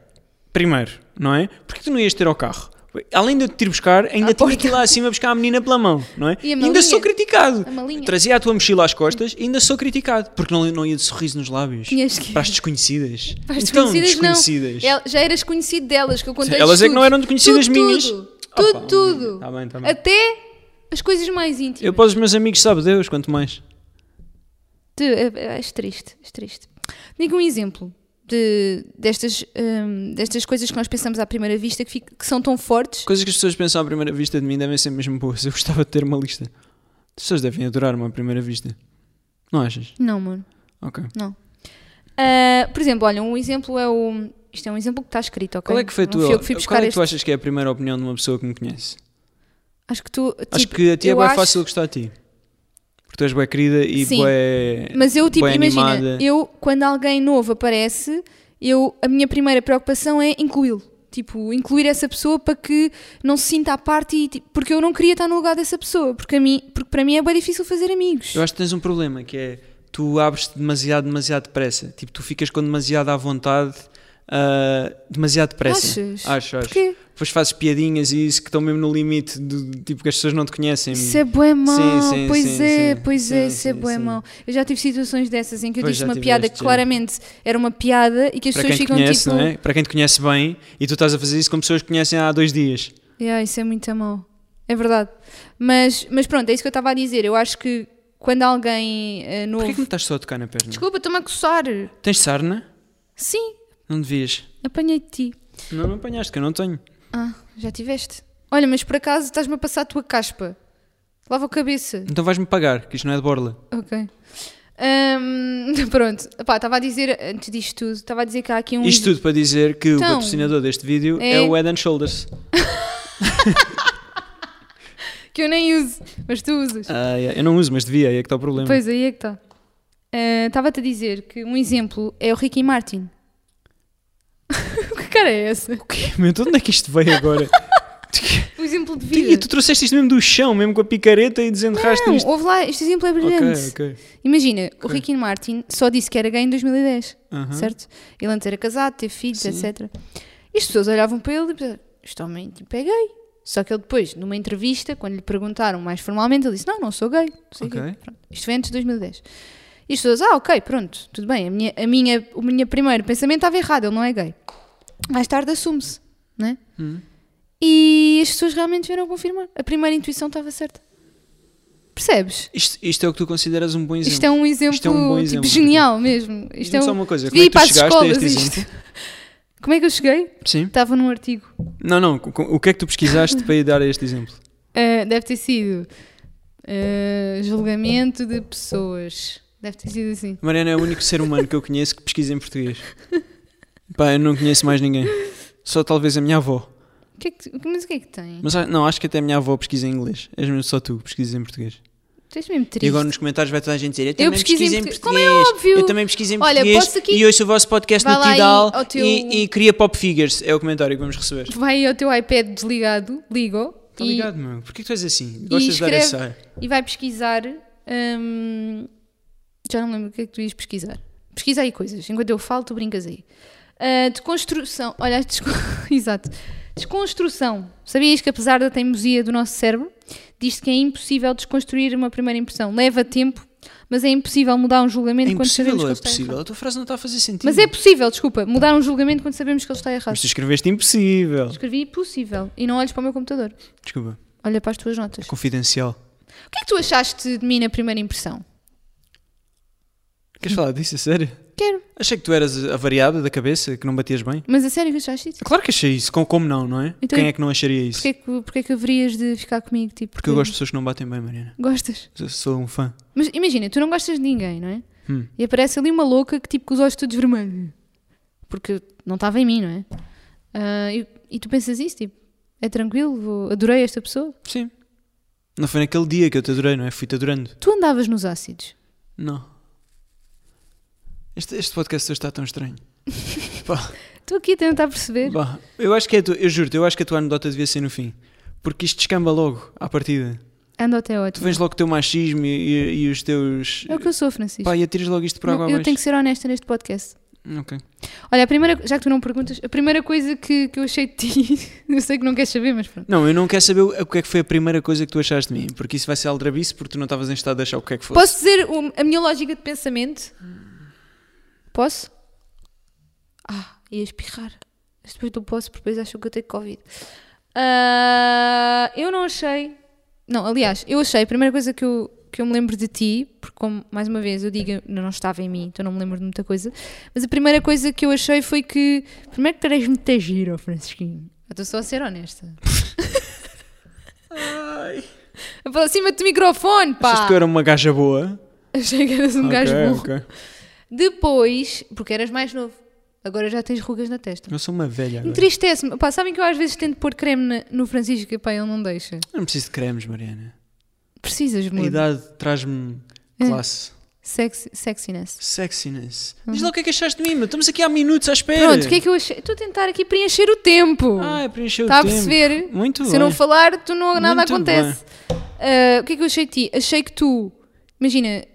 [SPEAKER 3] Primeiro, não é? Porque tu não ias ter ao carro. Além de eu te ir buscar, ainda tinha que ir lá acima buscar a menina pela mão, não é?
[SPEAKER 2] E a malinha?
[SPEAKER 3] ainda sou criticado.
[SPEAKER 2] A malinha?
[SPEAKER 3] Trazia a tua mochila às costas e ainda sou criticado. Porque não, não ia de sorriso nos lábios.
[SPEAKER 2] Tinhas que-
[SPEAKER 3] Para as desconhecidas.
[SPEAKER 2] Pais
[SPEAKER 3] então,
[SPEAKER 2] desconhecidas,
[SPEAKER 3] desconhecidas.
[SPEAKER 2] não. El- Já eras conhecido delas, que eu contei
[SPEAKER 3] Elas é que não eram desconhecidas
[SPEAKER 2] tudo,
[SPEAKER 3] minhas.
[SPEAKER 2] Tudo,
[SPEAKER 3] Ah,
[SPEAKER 2] tudo,
[SPEAKER 3] pá,
[SPEAKER 2] tudo.
[SPEAKER 3] tá bem, tá bem.
[SPEAKER 2] Até as coisas mais íntimas.
[SPEAKER 3] Eu para os meus amigos, sabe Deus, quanto mais.
[SPEAKER 2] Tu, é- é- és triste, és triste. Digo um exemplo de, destas, hum, destas coisas que nós pensamos à primeira vista que, fic- que são tão fortes.
[SPEAKER 3] Coisas que as pessoas pensam à primeira vista de mim devem ser mesmo boas. Eu gostava de ter uma lista. As pessoas devem adorar uma à primeira vista. Não achas?
[SPEAKER 2] Não, mano,
[SPEAKER 3] Ok.
[SPEAKER 2] não. Ah, por exemplo, olha, um exemplo é o. Isto é um exemplo que está escrito, ok?
[SPEAKER 3] Qual é que foi a
[SPEAKER 2] Não
[SPEAKER 3] tua?
[SPEAKER 2] fui eu que fui buscar
[SPEAKER 3] Qual é que
[SPEAKER 2] este.
[SPEAKER 3] tu achas que é a primeira opinião de uma pessoa que me conhece?
[SPEAKER 2] Acho que tu.
[SPEAKER 3] acho
[SPEAKER 2] tipo,
[SPEAKER 3] que a ti é
[SPEAKER 2] eu
[SPEAKER 3] bem
[SPEAKER 2] acho-
[SPEAKER 3] fácil gostar de ti. Porque tu és bem querida e
[SPEAKER 2] Sim,
[SPEAKER 3] bué-
[SPEAKER 2] Mas eu, tipo,
[SPEAKER 3] bué
[SPEAKER 2] imagina,
[SPEAKER 3] animada.
[SPEAKER 2] eu, quando alguém novo aparece, eu, a minha primeira preocupação é incluí-lo. Tipo, incluir essa pessoa para que não se sinta à parte, e, tipo, porque eu não queria estar no lugar dessa pessoa, porque, a mim, porque para mim é bem difícil fazer amigos.
[SPEAKER 3] Eu acho que tens um problema que é tu abres-te demasiado, demasiado depressa. Tipo, tu ficas com demasiado à vontade, ah, demasiado depressa.
[SPEAKER 2] Achas?
[SPEAKER 3] Acho, acho.
[SPEAKER 2] Porquê?
[SPEAKER 3] Depois fazes piadinhas e isso que estão mesmo no limite do tipo que as pessoas não te conhecem.
[SPEAKER 2] Isso é bué mau,
[SPEAKER 3] sim,
[SPEAKER 2] pois
[SPEAKER 3] sim,
[SPEAKER 2] é,
[SPEAKER 3] sim.
[SPEAKER 2] pois é,
[SPEAKER 3] Sim,
[SPEAKER 2] isso é
[SPEAKER 3] sim,
[SPEAKER 2] bué
[SPEAKER 3] sim.
[SPEAKER 2] mau. Eu já tive situações dessas em que eu
[SPEAKER 3] Pois,
[SPEAKER 2] disse
[SPEAKER 3] já
[SPEAKER 2] uma
[SPEAKER 3] tive
[SPEAKER 2] piada que
[SPEAKER 3] deste
[SPEAKER 2] claramente era uma piada e que as
[SPEAKER 3] Para
[SPEAKER 2] pessoas
[SPEAKER 3] quem te
[SPEAKER 2] ficam
[SPEAKER 3] conhece,
[SPEAKER 2] tipo.
[SPEAKER 3] não é? Para quem te conhece bem e tu estás a fazer isso com pessoas que conhecem há dois dias.
[SPEAKER 2] Yeah, isso é muito mau. É verdade. Mas, mas pronto, é isso que eu estava a dizer. Eu acho que quando alguém eh, novo.
[SPEAKER 3] Porquê que me estás só a tocar na perna?
[SPEAKER 2] Desculpa, estou-me a coçar.
[SPEAKER 3] Tens sarna?
[SPEAKER 2] Sim,
[SPEAKER 3] Não devias.
[SPEAKER 2] apanhei-te.
[SPEAKER 3] Não, não apanhaste, que eu não tenho.
[SPEAKER 2] Ah, já tiveste. Olha, mas por acaso estás-me a passar a tua caspa. Lava a cabeça.
[SPEAKER 3] Então vais-me pagar, que isto não é de borla.
[SPEAKER 2] Ok. Ahm, pronto, Epá, estava a dizer, antes disto tudo, estava a dizer que há aqui um.
[SPEAKER 3] Isto tudo para dizer que
[SPEAKER 2] Então,
[SPEAKER 3] o patrocinador deste vídeo é,
[SPEAKER 2] é-
[SPEAKER 3] o Head and Shoulders.
[SPEAKER 2] Que eu nem uso, mas tu usas.
[SPEAKER 3] Ah, yeah, Eu não uso, mas devia, aí é que está o problema.
[SPEAKER 2] Pois aí é que está. Ah, Estava-te a dizer que um exemplo é o Ricky Martin. que cara é essa?
[SPEAKER 3] Meu, de onde é que isto veio agora?
[SPEAKER 2] Um exemplo de vida.
[SPEAKER 3] e tu trouxeste isto mesmo do chão, mesmo com a picareta e desenterraste
[SPEAKER 2] Não,
[SPEAKER 3] isto.
[SPEAKER 2] ouve lá, este exemplo é
[SPEAKER 3] Ok,
[SPEAKER 2] brilhante.
[SPEAKER 3] ok.
[SPEAKER 2] Imagina, o Ricky Martin só disse que era gay em 2010,
[SPEAKER 3] Aham.
[SPEAKER 2] certo? Ele antes era casado, teve filhos, etc. E as pessoas olhavam para ele e pensavam, este homem tipo, é gay. Só que ele depois, numa entrevista, quando lhe perguntaram mais formalmente, ele disse, não, não sou gay. Não sei o quê.
[SPEAKER 3] Ok.
[SPEAKER 2] Pronto. Isto foi antes de 2010. E as pessoas, ah, ok, pronto, tudo bem. A minha, a minha, o meu primeiro pensamento estava errado, ele não é gay. Mais tarde assume-se, né?
[SPEAKER 3] Hum.
[SPEAKER 2] E as pessoas realmente vieram confirmar. A primeira intuição estava certa. Percebes?
[SPEAKER 3] Isto, isto é o que tu consideras um bom exemplo.
[SPEAKER 2] Isto é um exemplo,
[SPEAKER 3] Isto é um bom exemplo.
[SPEAKER 2] Tipo, genial mesmo. Isto é
[SPEAKER 3] Diz-me
[SPEAKER 2] um...
[SPEAKER 3] só uma coisa,
[SPEAKER 2] Devia
[SPEAKER 3] como é que tu
[SPEAKER 2] ir para as
[SPEAKER 3] chegaste a este
[SPEAKER 2] escolas isto. Como é que eu cheguei?
[SPEAKER 3] Sim?
[SPEAKER 2] Estava num artigo.
[SPEAKER 3] Não, não, co- co- o que é que tu pesquisaste para ir dar este exemplo?
[SPEAKER 2] Ah, deve ter sido ah, julgamento de pessoas. Deve ter sido assim.
[SPEAKER 3] A Mariana é o único ser humano que eu conheço que pesquisa em português. Pá, eu não conheço mais ninguém. Só talvez a minha avó.
[SPEAKER 2] O que é que tu- Mas o que é que tem?
[SPEAKER 3] Mas ah, não, acho que até a minha avó pesquisa em inglês. És mesmo só tu que pesquisas em português.
[SPEAKER 2] Tu és mesmo
[SPEAKER 3] E
[SPEAKER 2] triste.
[SPEAKER 3] agora nos comentários vai toda a gente dizer: Eu
[SPEAKER 2] Eu
[SPEAKER 3] também pesquiso, em português.
[SPEAKER 2] português." Como é óbvio.
[SPEAKER 3] Eu também pesquiso em
[SPEAKER 2] Olha,
[SPEAKER 3] português.
[SPEAKER 2] posso aqui-
[SPEAKER 3] E ouço o vosso podcast
[SPEAKER 2] Vai
[SPEAKER 3] no
[SPEAKER 2] lá aí
[SPEAKER 3] Tidal
[SPEAKER 2] ao teu-
[SPEAKER 3] e, e cria pop figures. É o comentário que vamos receber.
[SPEAKER 2] Vai ao teu iPad desligado, ligo
[SPEAKER 3] Está
[SPEAKER 2] e,
[SPEAKER 3] ligado, meu? Porquê que tu és assim?
[SPEAKER 2] e
[SPEAKER 3] Gostas de dar
[SPEAKER 2] escreve
[SPEAKER 3] essa.
[SPEAKER 2] e vai pesquisar. hum, já não me lembro o que é que tu ias pesquisar. Pesquisa aí coisas. Enquanto eu falo, tu brincas aí. Ah, desconstrução. Olha, desco- exato. Desconstrução. Sabias que apesar da teimosia do nosso cérebro, diz-se que é impossível desconstruir uma primeira impressão. Leva tempo, mas é impossível mudar um julgamento
[SPEAKER 3] É
[SPEAKER 2] quando
[SPEAKER 3] impossível
[SPEAKER 2] sabemos
[SPEAKER 3] ou
[SPEAKER 2] que
[SPEAKER 3] é
[SPEAKER 2] ele está
[SPEAKER 3] possível?
[SPEAKER 2] errado.
[SPEAKER 3] A tua frase não está a fazer sentido.
[SPEAKER 2] Mas é possível, desculpa, mudar um julgamento quando sabemos que ele está errado.
[SPEAKER 3] Mas tu escreveste impossível.
[SPEAKER 2] Escrevi possível e não olhes para o meu computador.
[SPEAKER 3] Desculpa,
[SPEAKER 2] Olha para as tuas notas.
[SPEAKER 3] confidencial.
[SPEAKER 2] O que é que tu achaste de mim na primeira impressão?
[SPEAKER 3] Queres falar disso? A sério?
[SPEAKER 2] Quero.
[SPEAKER 3] Achei que tu eras avariada da cabeça, que não batias bem.
[SPEAKER 2] Mas a sério que achaste isso?
[SPEAKER 3] Claro que achei isso. com- Como não, não é?
[SPEAKER 2] Então-
[SPEAKER 3] Quem é que não acharia isso?
[SPEAKER 2] Porquê que, porquê que haverias de ficar comigo? Tipo,
[SPEAKER 3] Porque eu gosto de pessoas que não batem bem, Mariana.
[SPEAKER 2] Gostas?
[SPEAKER 3] Eu sou um fã.
[SPEAKER 2] Mas imagina, tu não gostas de ninguém, não é?
[SPEAKER 3] Hum.
[SPEAKER 2] E aparece ali uma louca que tipo com os olhos todos vermelhos. Porque não estava em mim, não é? Ah, e, e tu pensas isso, tipo, é tranquilo, vou- adorei esta pessoa.
[SPEAKER 3] Sim. Não foi naquele dia que eu te adorei, não é? Fui-te adorando.
[SPEAKER 2] Tu andavas nos ácidos.
[SPEAKER 3] Não. Este, este podcast hoje está tão estranho. Pá,
[SPEAKER 2] Estou aqui a tentar perceber.
[SPEAKER 3] pá. Eu acho que é a tua, eu juro-te, eu acho que a tua anedota devia ser no fim. Porque isto descamba logo à partida.
[SPEAKER 2] Ando até
[SPEAKER 3] Tu
[SPEAKER 2] ótimo.
[SPEAKER 3] vens logo com o teu machismo e, e- e os teus.
[SPEAKER 2] É o que eu sou, Francisco.
[SPEAKER 3] Pá, e atiras logo isto por
[SPEAKER 2] Não,
[SPEAKER 3] água
[SPEAKER 2] eu
[SPEAKER 3] abaixo.
[SPEAKER 2] tenho que ser honesta neste podcast.
[SPEAKER 3] Ok.
[SPEAKER 2] Olha, a primeira, já que tu não perguntas, a primeira coisa que, que eu achei de ti, eu sei que não queres saber, mas pronto.
[SPEAKER 3] Não, eu não quero saber o o que é que foi a primeira coisa que tu achaste de mim, porque isso vai ser aldrabice porque tu não estavas em estado de achar o que é que foi.
[SPEAKER 2] Posso dizer o- a minha lógica de pensamento? Posso? Ah, ia espirrar. Mas depois do posso, porque depois acham que eu tenho Covid. Ah, eu não achei. Não, aliás, eu achei. A primeira coisa que eu, que eu me lembro de ti, porque, como mais uma vez eu digo, eu não estava em mim, então não me lembro de muita coisa. Mas a primeira coisa que eu achei foi que. Primeiro que tu eras muito giro, Francisquinho. Eu estou só a ser honesta. Aproxima-te do microfone, pá!
[SPEAKER 3] Achaste que eu era uma gaja boa?
[SPEAKER 2] Achei que eras um gajo
[SPEAKER 3] Ok,
[SPEAKER 2] burro.
[SPEAKER 3] ok.
[SPEAKER 2] Depois, porque eras mais novo, agora já tens rugas na testa.
[SPEAKER 3] Eu sou uma velha. Agora.
[SPEAKER 2] Entristece-me. Pá, sabem que eu às vezes tento pôr creme na- no Francisco e pá, ele não deixa.
[SPEAKER 3] Eu não preciso de cremes, Mariana.
[SPEAKER 2] Precisas
[SPEAKER 3] A
[SPEAKER 2] muito.
[SPEAKER 3] idade traz-me
[SPEAKER 2] É.
[SPEAKER 3] classe,
[SPEAKER 2] Sexy, sexiness.
[SPEAKER 3] sexiness. Diz lá o que é que achaste de mim, meu. Estamos aqui há minutos à espera.
[SPEAKER 2] Uhum. Pronto, o que é que eu achei? Estou a tentar aqui preencher o tempo.
[SPEAKER 3] Ah, é preencher
[SPEAKER 2] Está
[SPEAKER 3] o
[SPEAKER 2] a
[SPEAKER 3] tempo.
[SPEAKER 2] perceber?
[SPEAKER 3] Muito
[SPEAKER 2] Se
[SPEAKER 3] bem.
[SPEAKER 2] eu não falar, tu não, nada
[SPEAKER 3] Muito
[SPEAKER 2] acontece. Ah, o que é que eu achei de ti? Achei que tu, imagina,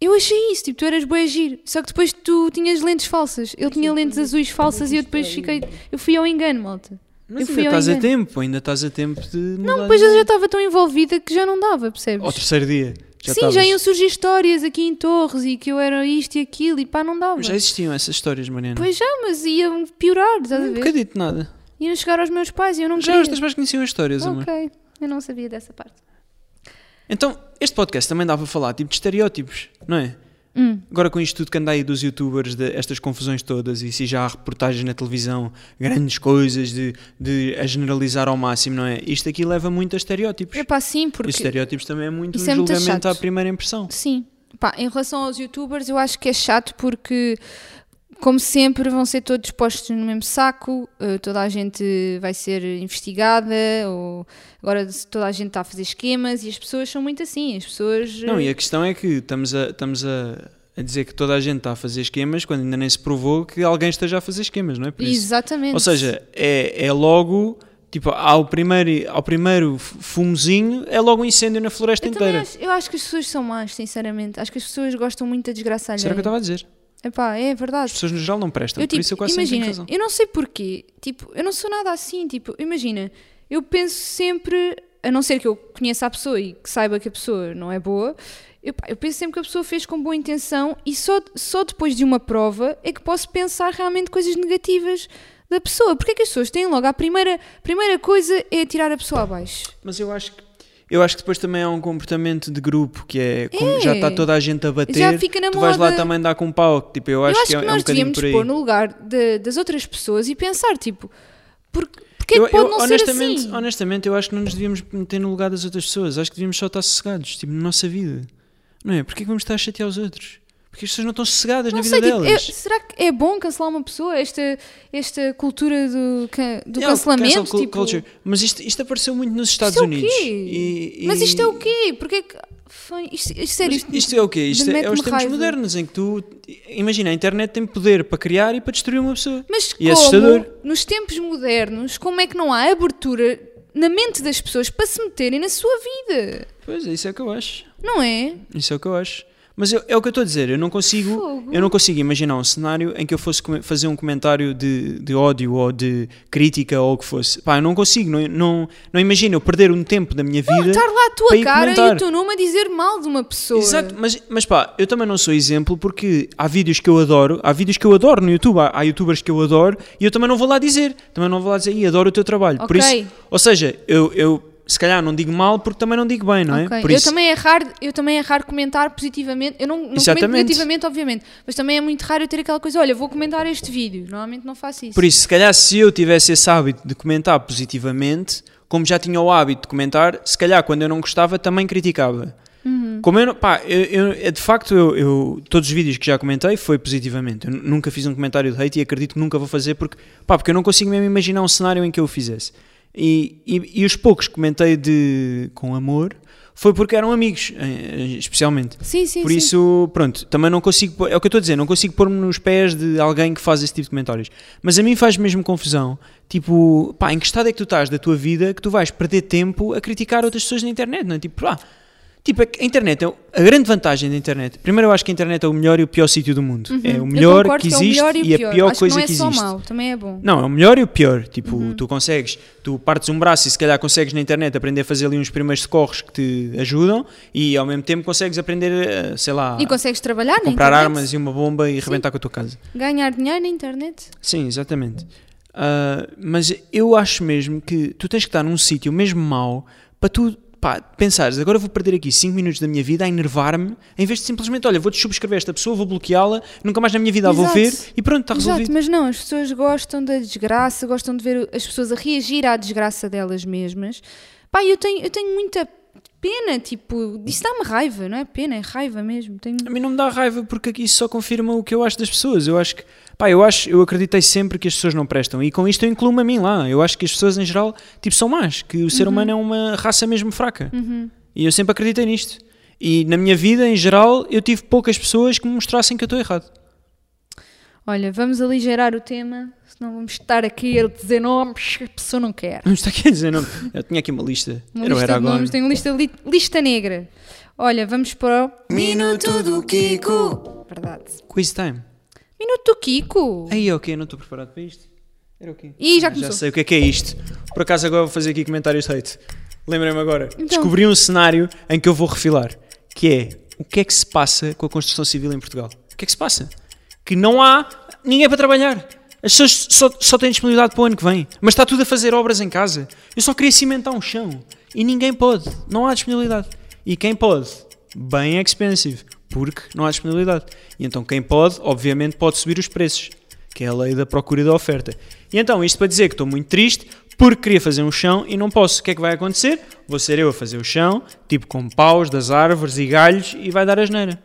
[SPEAKER 2] eu achei isso, tipo, tu eras boa agir, só que depois tu tinhas lentes falsas. Eu tinha lentes azuis falsas e eu depois fiquei, eu fui ao engano, malta. eu
[SPEAKER 3] Mas
[SPEAKER 2] fui
[SPEAKER 3] ainda
[SPEAKER 2] ao
[SPEAKER 3] estás a
[SPEAKER 2] engano.
[SPEAKER 3] tempo, ainda estás a tempo de
[SPEAKER 2] Não,
[SPEAKER 3] mudar
[SPEAKER 2] depois
[SPEAKER 3] de-
[SPEAKER 2] eu já estava tão envolvida que já não dava, percebes?
[SPEAKER 3] Ao terceiro dia. Já
[SPEAKER 2] Sim,
[SPEAKER 3] estavas-
[SPEAKER 2] já iam surgir histórias aqui em Torres e que eu era isto e aquilo e pá, não dava.
[SPEAKER 3] Já existiam essas histórias, Mariana.
[SPEAKER 2] um Pois já, mas iam piorar, estás a
[SPEAKER 3] não
[SPEAKER 2] ver? Um
[SPEAKER 3] acredito nada.
[SPEAKER 2] Iam chegar aos meus pais e eu não
[SPEAKER 3] Hum, Já
[SPEAKER 2] queria.
[SPEAKER 3] os teus pais conheciam as histórias, amor.
[SPEAKER 2] Ok, eu não sabia dessa parte.
[SPEAKER 3] Então, este podcast também dá para falar tipo de estereótipos, não é?
[SPEAKER 2] Hum.
[SPEAKER 3] Agora com isto tudo que anda aí dos youtubers, de- estas confusões todas, e se já há reportagens na televisão, grandes coisas de, de a generalizar ao máximo, não é? Isto aqui leva muito a estereótipos.
[SPEAKER 2] É pá, sim,
[SPEAKER 3] E
[SPEAKER 2] porque...
[SPEAKER 3] estereótipos também é muito
[SPEAKER 2] Isso
[SPEAKER 3] um
[SPEAKER 2] é muito
[SPEAKER 3] julgamento à
[SPEAKER 2] chato.
[SPEAKER 3] primeira impressão.
[SPEAKER 2] Sim. Pá, em relação aos youtubers, eu acho que é chato porque, como sempre, vão ser todos postos no mesmo saco, eh, toda a gente vai ser investigada, ou agora se toda a gente está a fazer esquemas e as pessoas são muito assim, as pessoas. eh,
[SPEAKER 3] Não, e a questão é que estamos a, estamos a, a dizer que toda a gente está a fazer esquemas quando ainda nem se provou que alguém esteja a fazer esquemas, não é? Por isso-
[SPEAKER 2] Exatamente.
[SPEAKER 3] Ou seja, é, é logo, tipo, ao primeiro, ao primeiro fu- fumozinho, é logo um incêndio na floresta
[SPEAKER 2] eu, também
[SPEAKER 3] inteira.
[SPEAKER 2] acho, eu acho que as pessoas são más, sinceramente. Acho que as pessoas gostam muito da desgraça
[SPEAKER 3] Será que eu
[SPEAKER 2] alheia.
[SPEAKER 3] estava a dizer?
[SPEAKER 2] Epá, é verdade.
[SPEAKER 3] As pessoas no geral não prestam,
[SPEAKER 2] Eu,
[SPEAKER 3] Então, por isso eu
[SPEAKER 2] tipo,
[SPEAKER 3] quase sempre
[SPEAKER 2] imagina,
[SPEAKER 3] tenho razão.
[SPEAKER 2] eu não sei porquê, tipo, eu não sou nada assim, tipo, imagina, eu penso sempre, a não ser que eu conheça a pessoa e que saiba que a pessoa não é boa, eu, pá, eu penso sempre que a pessoa fez com boa intenção e só, só depois de uma prova é que posso pensar realmente coisas negativas da pessoa. Porque é que as pessoas têm logo, a primeira, primeira coisa é tirar a pessoa abaixo.
[SPEAKER 3] Mas eu acho que. Eu acho que depois também há um comportamento de grupo que é como
[SPEAKER 2] É.
[SPEAKER 3] já está toda a gente a bater,
[SPEAKER 2] Já fica na
[SPEAKER 3] tu vais lá
[SPEAKER 2] moda.
[SPEAKER 3] também dar com pau. Tipo, eu acho,
[SPEAKER 2] eu acho
[SPEAKER 3] é,
[SPEAKER 2] que,
[SPEAKER 3] é um
[SPEAKER 2] nós
[SPEAKER 3] bocadinho
[SPEAKER 2] devíamos
[SPEAKER 3] por aí.
[SPEAKER 2] pôr no lugar de- das outras pessoas e pensar, tipo, por, porque é que
[SPEAKER 3] Eu-
[SPEAKER 2] pode
[SPEAKER 3] eu,
[SPEAKER 2] não ser
[SPEAKER 3] honestamente,
[SPEAKER 2] assim?
[SPEAKER 3] honestamente, eu acho que não nos devíamos meter no lugar das outras pessoas. Acho que devíamos só estar sossegados, tipo, na nossa vida. Não é? Porquê que vamos estar a chatear os outros? Porque as pessoas não estão sossegadas na
[SPEAKER 2] Não
[SPEAKER 3] vida
[SPEAKER 2] sei, tipo,
[SPEAKER 3] delas.
[SPEAKER 2] é- será que é bom cancelar uma pessoa? Esta, esta cultura do, ca- do
[SPEAKER 3] Yeah,
[SPEAKER 2] cancelamento?
[SPEAKER 3] cancel cul-
[SPEAKER 2] tipo,
[SPEAKER 3] culture. Mas isto, isto apareceu muito nos Estados
[SPEAKER 2] isto é o
[SPEAKER 3] Unidos.
[SPEAKER 2] quê?
[SPEAKER 3] E- e-
[SPEAKER 2] Mas isto é o quê? Tipo, Porque é que. Foi- Isto, isto, sério,
[SPEAKER 3] Mas Isto é o quê? Isto é, é os
[SPEAKER 2] mete-me
[SPEAKER 3] tempos
[SPEAKER 2] raiva.
[SPEAKER 3] modernos em que tu. Imagina, a internet tem poder para criar e para destruir uma pessoa.
[SPEAKER 2] Mas
[SPEAKER 3] e é assustador.
[SPEAKER 2] como, nos tempos modernos, como é que não há abertura na mente das pessoas para se meterem na sua vida?
[SPEAKER 3] Pois é, isso é o que eu acho.
[SPEAKER 2] Não é?
[SPEAKER 3] Isso é o que eu acho. Mas eu- é o que eu estou a dizer, eu não consigo,
[SPEAKER 2] Fogo.
[SPEAKER 3] eu não consigo imaginar um cenário em que eu fosse come- fazer um comentário de, de ódio ou de crítica ou o que fosse. Pá, eu não consigo, não, não, não imagino eu perder um tempo da minha vida.
[SPEAKER 2] Estar lá a
[SPEAKER 3] para
[SPEAKER 2] tua
[SPEAKER 3] ir
[SPEAKER 2] cara e
[SPEAKER 3] comentar.
[SPEAKER 2] o teu nome a dizer mal de uma pessoa.
[SPEAKER 3] Exato, mas, mas pá, eu também não sou exemplo porque há vídeos que eu adoro, há vídeos que eu adoro no YouTube, há, há youtubers que eu adoro e eu também não vou lá dizer, também não vou lá dizer, e adoro o teu trabalho. Por
[SPEAKER 2] Ok.
[SPEAKER 3] isso, ou seja, eu, eu se calhar não digo mal porque também não digo bem, não é?
[SPEAKER 2] Ok.
[SPEAKER 3] Por
[SPEAKER 2] eu,
[SPEAKER 3] isso,
[SPEAKER 2] também é raro, eu também é raro comentar positivamente. Eu não, não comento
[SPEAKER 3] Exatamente.
[SPEAKER 2] negativamente, obviamente. Mas também é muito raro eu ter aquela coisa: olha, vou comentar este vídeo. Normalmente não faço isso.
[SPEAKER 3] por isso, se calhar se eu tivesse esse hábito de comentar positivamente, como já tinha o hábito de comentar, se calhar quando eu não gostava também criticava. Como eu, não- pá, eu, eu- é de facto, eu, eu- todos os vídeos que já comentei foi positivamente. Eu nu- nunca fiz um comentário de hate e acredito que nunca vou fazer porque, pá, porque eu não consigo mesmo imaginar um cenário em que eu o fizesse. E, e, e os poucos que comentei de, com amor foi porque eram amigos, eh, eh, especialmente.
[SPEAKER 2] Sim, sim,
[SPEAKER 3] Por
[SPEAKER 2] sim.
[SPEAKER 3] isso, pronto, também não consigo. pôr- É o que eu estou a dizer, não consigo pôr-me nos pés de alguém que faz esse tipo de comentários. Mas a mim faz mesmo confusão. Tipo, pá, em que estado é que tu estás da tua vida que tu vais perder tempo a criticar outras pessoas na internet, não é? Tipo, pá. Tipo, é que a internet, é o- a grande vantagem da internet. Primeiro, eu acho que a internet é o melhor e o pior sítio do mundo. É o
[SPEAKER 2] Uhum. Hum, Eu
[SPEAKER 3] melhor
[SPEAKER 2] concordo
[SPEAKER 3] que
[SPEAKER 2] é o
[SPEAKER 3] existe
[SPEAKER 2] melhor
[SPEAKER 3] e, a pior
[SPEAKER 2] Acho
[SPEAKER 3] coisa
[SPEAKER 2] que não é
[SPEAKER 3] que
[SPEAKER 2] só
[SPEAKER 3] existe.
[SPEAKER 2] mau, também é bom.
[SPEAKER 3] Não, é o melhor e o pior. Tipo,
[SPEAKER 2] Uhum.
[SPEAKER 3] tu consegues, tu partes um braço e se calhar consegues na internet aprender a fazer ali uns primeiros socorros que te ajudam e ao mesmo tempo consegues aprender, eh, sei lá,
[SPEAKER 2] E consegues trabalhar
[SPEAKER 3] a
[SPEAKER 2] na
[SPEAKER 3] comprar
[SPEAKER 2] internet,
[SPEAKER 3] armas e uma bomba e arrebentar com a tua casa.
[SPEAKER 2] ganhar dinheiro na internet.
[SPEAKER 3] Sim, exatamente. Ah, mas eu acho mesmo que tu tens que estar num sítio mesmo mau para tu pá, pensares, agora vou perder aqui 5 minutos da minha vida a enervar-me, em vez de simplesmente, olha, vou-te subscrever esta pessoa, vou bloqueá-la, nunca mais na minha vida a vou
[SPEAKER 2] Exato.
[SPEAKER 3] ver e pronto, está Tá resolvido.
[SPEAKER 2] Exato, mas não, as pessoas gostam da desgraça, gostam de ver as pessoas a reagir à desgraça delas mesmas. Pá, eu tenho, eu tenho muita pena, tipo, isso dá-me raiva, não é pena, é raiva mesmo. Tenho...
[SPEAKER 3] A mim não me dá raiva porque aqui isso só confirma o que eu acho das pessoas. Eu acho que, pá, eu acho, eu acreditei sempre que as pessoas não prestam e com isto eu incluo-me a mim lá. Eu acho que as pessoas em geral, tipo, são más, que o
[SPEAKER 2] Uhum.
[SPEAKER 3] ser humano é uma raça mesmo fraca. E eu sempre acreditei nisto. E na minha vida, em geral, eu tive poucas pessoas que me mostrassem que eu estou errado.
[SPEAKER 2] Olha, vamos aligerar o tema, senão vamos estar aqui a dizer nomes que a pessoa não quer.
[SPEAKER 3] Não está aqui a é dizer, não. Eu tinha aqui uma lista.
[SPEAKER 2] Uma
[SPEAKER 3] Era o
[SPEAKER 2] lista de
[SPEAKER 3] Eragon.
[SPEAKER 2] nomes, tenho lista, li- lista negra. Olha, vamos para o...
[SPEAKER 1] Minuto do Kiko.
[SPEAKER 2] Verdade.
[SPEAKER 3] Quiz time.
[SPEAKER 2] Minuto do Kiko.
[SPEAKER 3] Aí, ok, eu não estou preparado para isto. Era o quê?
[SPEAKER 2] Ih, já
[SPEAKER 3] Já
[SPEAKER 2] começou.
[SPEAKER 3] sei o que é que é isto. Por acaso agora vou fazer aqui comentários hate. Lembrem-me agora.
[SPEAKER 2] Então.
[SPEAKER 3] Descobri um cenário em que eu vou refilar, que é o que é que se passa com a construção civil em Portugal? O que é que se passa? Que não há ninguém para trabalhar. As pessoas só, só têm disponibilidade para o ano que vem. Mas está tudo a fazer obras em casa. Eu só queria cimentar um chão. E ninguém pode. Não há disponibilidade. E quem pode? Bem expensive. Porque não há disponibilidade. E então quem pode, obviamente, pode subir os preços que é a lei da procura e da oferta. E então, isto para dizer que estou muito triste porque queria fazer um chão e não posso. O que é que vai acontecer? Vou ser eu a fazer o chão, tipo com paus das árvores e galhos, e vai dar asneira.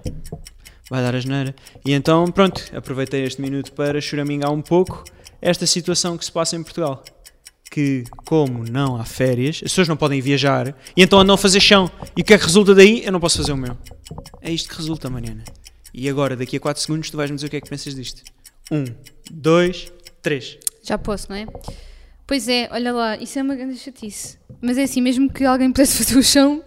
[SPEAKER 3] Vai dar asneira. E então, pronto, aproveitei este minuto para choramingar um pouco esta situação que se passa em Portugal. Que, como não há férias, as pessoas não podem viajar e então andam a fazer chão. E o que é que resulta daí? Eu não posso fazer o meu. É isto que resulta, Mariana. E agora, daqui a 4 segundos, tu vais-me dizer o que é que pensas disto. 1, 2, 3.
[SPEAKER 2] Já posso, não é? Pois é, olha lá, isso é uma grande chatice. Mas é assim, mesmo que alguém pudesse fazer o chão,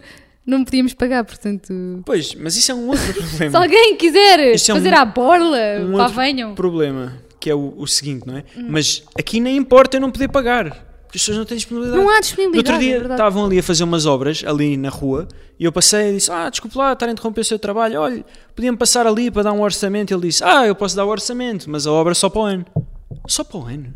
[SPEAKER 2] não podíamos pagar, portanto.
[SPEAKER 3] Pois, mas isso é um outro
[SPEAKER 2] Se
[SPEAKER 3] problema.
[SPEAKER 2] alguém quiser
[SPEAKER 3] Isso é um-
[SPEAKER 2] fazer à borla,
[SPEAKER 3] um
[SPEAKER 2] pá,
[SPEAKER 3] outro
[SPEAKER 2] venham. Hum.
[SPEAKER 3] problema, que é o, o seguinte, não é? Mas aqui nem importa eu não poder pagar. porque As pessoas não têm disponibilidade.
[SPEAKER 2] Não há
[SPEAKER 3] No
[SPEAKER 2] disponibilidade.
[SPEAKER 3] outro
[SPEAKER 2] é
[SPEAKER 3] dia
[SPEAKER 2] verdade.
[SPEAKER 3] estavam ali a fazer umas obras, ali na rua, e eu passei e disse: Ah, desculpe lá, estar a interromper o seu trabalho. Olha, podiam passar ali para dar um orçamento. Ele disse: Ah, eu posso dar o orçamento, mas a obra só para o ano. Só para o ano?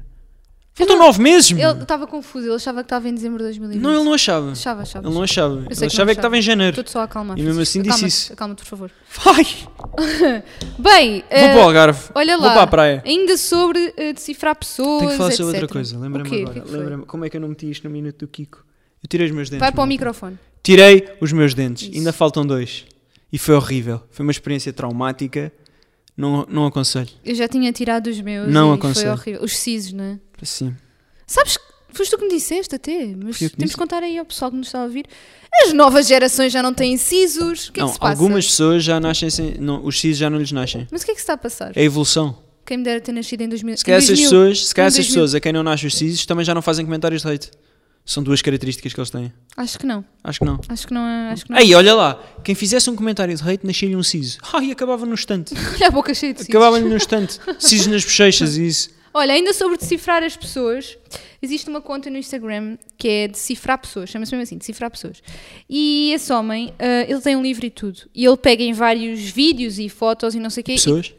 [SPEAKER 3] Faltam nove meses, meu.
[SPEAKER 2] Ele estava confuso, ele achava que estava em dezembro de 2020.
[SPEAKER 3] Não, ele não achava.
[SPEAKER 2] Achava, achava.
[SPEAKER 3] Ele não achava. Ele
[SPEAKER 2] Eu
[SPEAKER 3] achava,
[SPEAKER 2] sei
[SPEAKER 3] é que estava em janeiro.
[SPEAKER 2] Estou só a acalmar.
[SPEAKER 3] E mesmo
[SPEAKER 2] Francisco.
[SPEAKER 3] assim disse
[SPEAKER 2] Acalma-te,
[SPEAKER 3] isso.
[SPEAKER 2] Acalma-te, por favor.
[SPEAKER 3] Vai!
[SPEAKER 2] Bem,
[SPEAKER 3] Vou
[SPEAKER 2] eh,
[SPEAKER 3] para o Algarve.
[SPEAKER 2] olha lá.
[SPEAKER 3] Vou para a praia.
[SPEAKER 2] Ainda sobre eh, decifrar pessoas.
[SPEAKER 3] Tenho que falar
[SPEAKER 2] etc.
[SPEAKER 3] sobre outra coisa. Lembra-me
[SPEAKER 2] O quê? O que
[SPEAKER 3] agora.
[SPEAKER 2] é que foi?
[SPEAKER 3] Lembra-me. Como é que eu não meti isto no minuto do Kiko? Eu tirei os meus dentes.
[SPEAKER 2] Vai para o
[SPEAKER 3] malta.
[SPEAKER 2] microfone.
[SPEAKER 3] Tirei os meus dentes.
[SPEAKER 2] Isso.
[SPEAKER 3] Ainda faltam dois. E foi horrível. Foi uma experiência traumática. Não, não aconselho.
[SPEAKER 2] Eu já tinha tirado os meus.
[SPEAKER 3] Não
[SPEAKER 2] e
[SPEAKER 3] aconselho.
[SPEAKER 2] Foi horrível. Os sisos, não é?
[SPEAKER 3] Assim.
[SPEAKER 2] Sabes, que foste tu que me disseste até, mas
[SPEAKER 3] Fui eu que
[SPEAKER 2] temos que
[SPEAKER 3] disse.
[SPEAKER 2] contar aí ao pessoal que nos está a ouvir. As novas gerações já não têm sisos. O que é
[SPEAKER 3] não,
[SPEAKER 2] que se passa?
[SPEAKER 3] algumas pessoas já nascem sem. Não, os cis já não lhes nascem.
[SPEAKER 2] Mas o que é que se está a passar?
[SPEAKER 3] É a evolução.
[SPEAKER 2] Quem me dera ter nascido em 2000.
[SPEAKER 3] Se calhar
[SPEAKER 2] em
[SPEAKER 3] essas
[SPEAKER 2] 2000.
[SPEAKER 3] pessoas, se calhar
[SPEAKER 2] Em
[SPEAKER 3] essas
[SPEAKER 2] 2000.
[SPEAKER 3] pessoas a quem não nasce os cis também já não fazem comentários de hate. São duas características que eles têm.
[SPEAKER 2] Acho que não.
[SPEAKER 3] Acho que não.
[SPEAKER 2] Acho que não é. Acho que não.
[SPEAKER 3] Aí, olha lá. Quem fizesse um comentário de hate nascia-lhe um siso. Ai, acabava no estante.
[SPEAKER 2] Olha a boca cheia de sisos.
[SPEAKER 3] Acabava-lhe no estante. Sisos nas bochechas e isso.
[SPEAKER 2] Olha, ainda sobre decifrar as pessoas, existe uma conta no Instagram que é decifrar pessoas, chama-se mesmo assim, decifrar pessoas. E esse homem, ah, ele tem um livro e tudo. E ele pega em vários vídeos e fotos e não sei o quê, e-
[SPEAKER 3] Pessoas?
[SPEAKER 2] de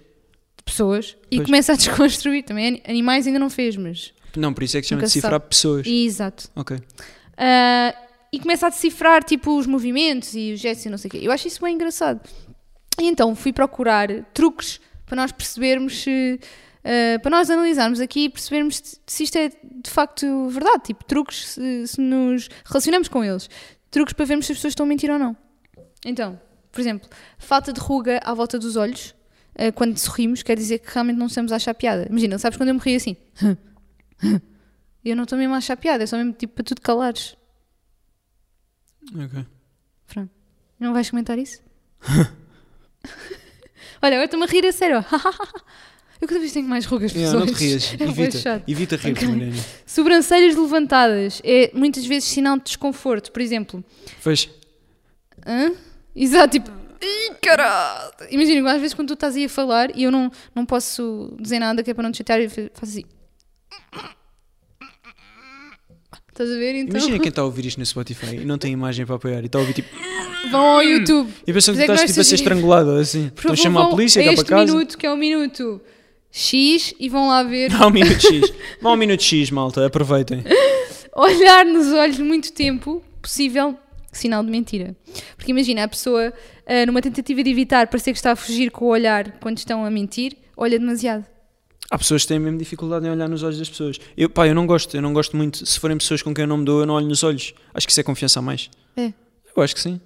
[SPEAKER 2] pessoas, e
[SPEAKER 3] Pois.
[SPEAKER 2] começa a desconstruir também. Ani- Animais ainda não fez, mas.
[SPEAKER 3] Não, por isso é que chama
[SPEAKER 2] Nunca
[SPEAKER 3] de
[SPEAKER 2] se
[SPEAKER 3] cifrar
[SPEAKER 2] sabe.
[SPEAKER 3] pessoas.
[SPEAKER 2] Exato.
[SPEAKER 3] Ok.
[SPEAKER 2] Ah, e começa a decifrar tipo os movimentos e os gestos e não sei o quê. Eu acho isso bem engraçado. E então fui procurar truques para nós percebermos se. ah, para nós analisarmos aqui e percebermos se- se isto é de facto verdade, tipo truques se, se nos relacionamos com eles, truques para vermos se as pessoas estão a mentir ou não. Então, por exemplo, falta de ruga à volta dos olhos ah, quando sorrimos quer dizer que realmente não estamos a achar piada. Imagina, sabes quando eu morri assim? Eu não estou mesmo a achar piada, é só mesmo tipo para tu te calares.
[SPEAKER 3] Ok.
[SPEAKER 2] Pronto. Não vais comentar isso? Olha, agora estou-me a rir a sério. Eu cada vez tenho mais rugas
[SPEAKER 3] Yeah, não te
[SPEAKER 2] pessoas.
[SPEAKER 3] rias.
[SPEAKER 2] É bué
[SPEAKER 3] Evita,
[SPEAKER 2] chato.
[SPEAKER 3] evita rir,
[SPEAKER 2] Ok.
[SPEAKER 3] Mariana.
[SPEAKER 2] Sobrancelhas levantadas é muitas vezes sinal de desconforto. Por exemplo,
[SPEAKER 3] Pois.
[SPEAKER 2] Hã? Exato, tipo, "Ih, caralho. Imagina, às vezes quando tu estás aí a falar e eu não, não posso dizer nada que é para não te chatear, eu fa- faço assim. Estás a ver? Então
[SPEAKER 3] Imagina quem está a ouvir isto no Spotify e não tem imagem para apoiar e está a ouvir tipo.
[SPEAKER 2] vão ao YouTube.
[SPEAKER 3] E pensam que
[SPEAKER 2] Mas é que
[SPEAKER 3] estás
[SPEAKER 2] nós
[SPEAKER 3] tipo a ser
[SPEAKER 2] sugerimos.
[SPEAKER 3] estrangulado assim.
[SPEAKER 2] Por
[SPEAKER 3] Então
[SPEAKER 2] favor,
[SPEAKER 3] chama a
[SPEAKER 2] vão
[SPEAKER 3] polícia, cá para
[SPEAKER 2] este
[SPEAKER 3] casa.
[SPEAKER 2] minuto, que é o minuto X, e vão lá ver.
[SPEAKER 3] Dá um minuto X. Dá um minuto X, malta. Aproveitem.
[SPEAKER 2] olhar nos olhos muito tempo, possível sinal de mentira. Porque imagina, a pessoa, ah, numa tentativa de evitar parecer que está a fugir com o olhar quando estão a mentir, olha demasiado.
[SPEAKER 3] Há pessoas que têm mesmo dificuldade em olhar nos olhos das pessoas. Eu, pá, eu não gosto. Eu não gosto muito. Se forem pessoas com quem eu não me dou, eu não olho nos olhos. Acho que isso é confiança a mais.
[SPEAKER 2] É,
[SPEAKER 3] Eu acho que sim.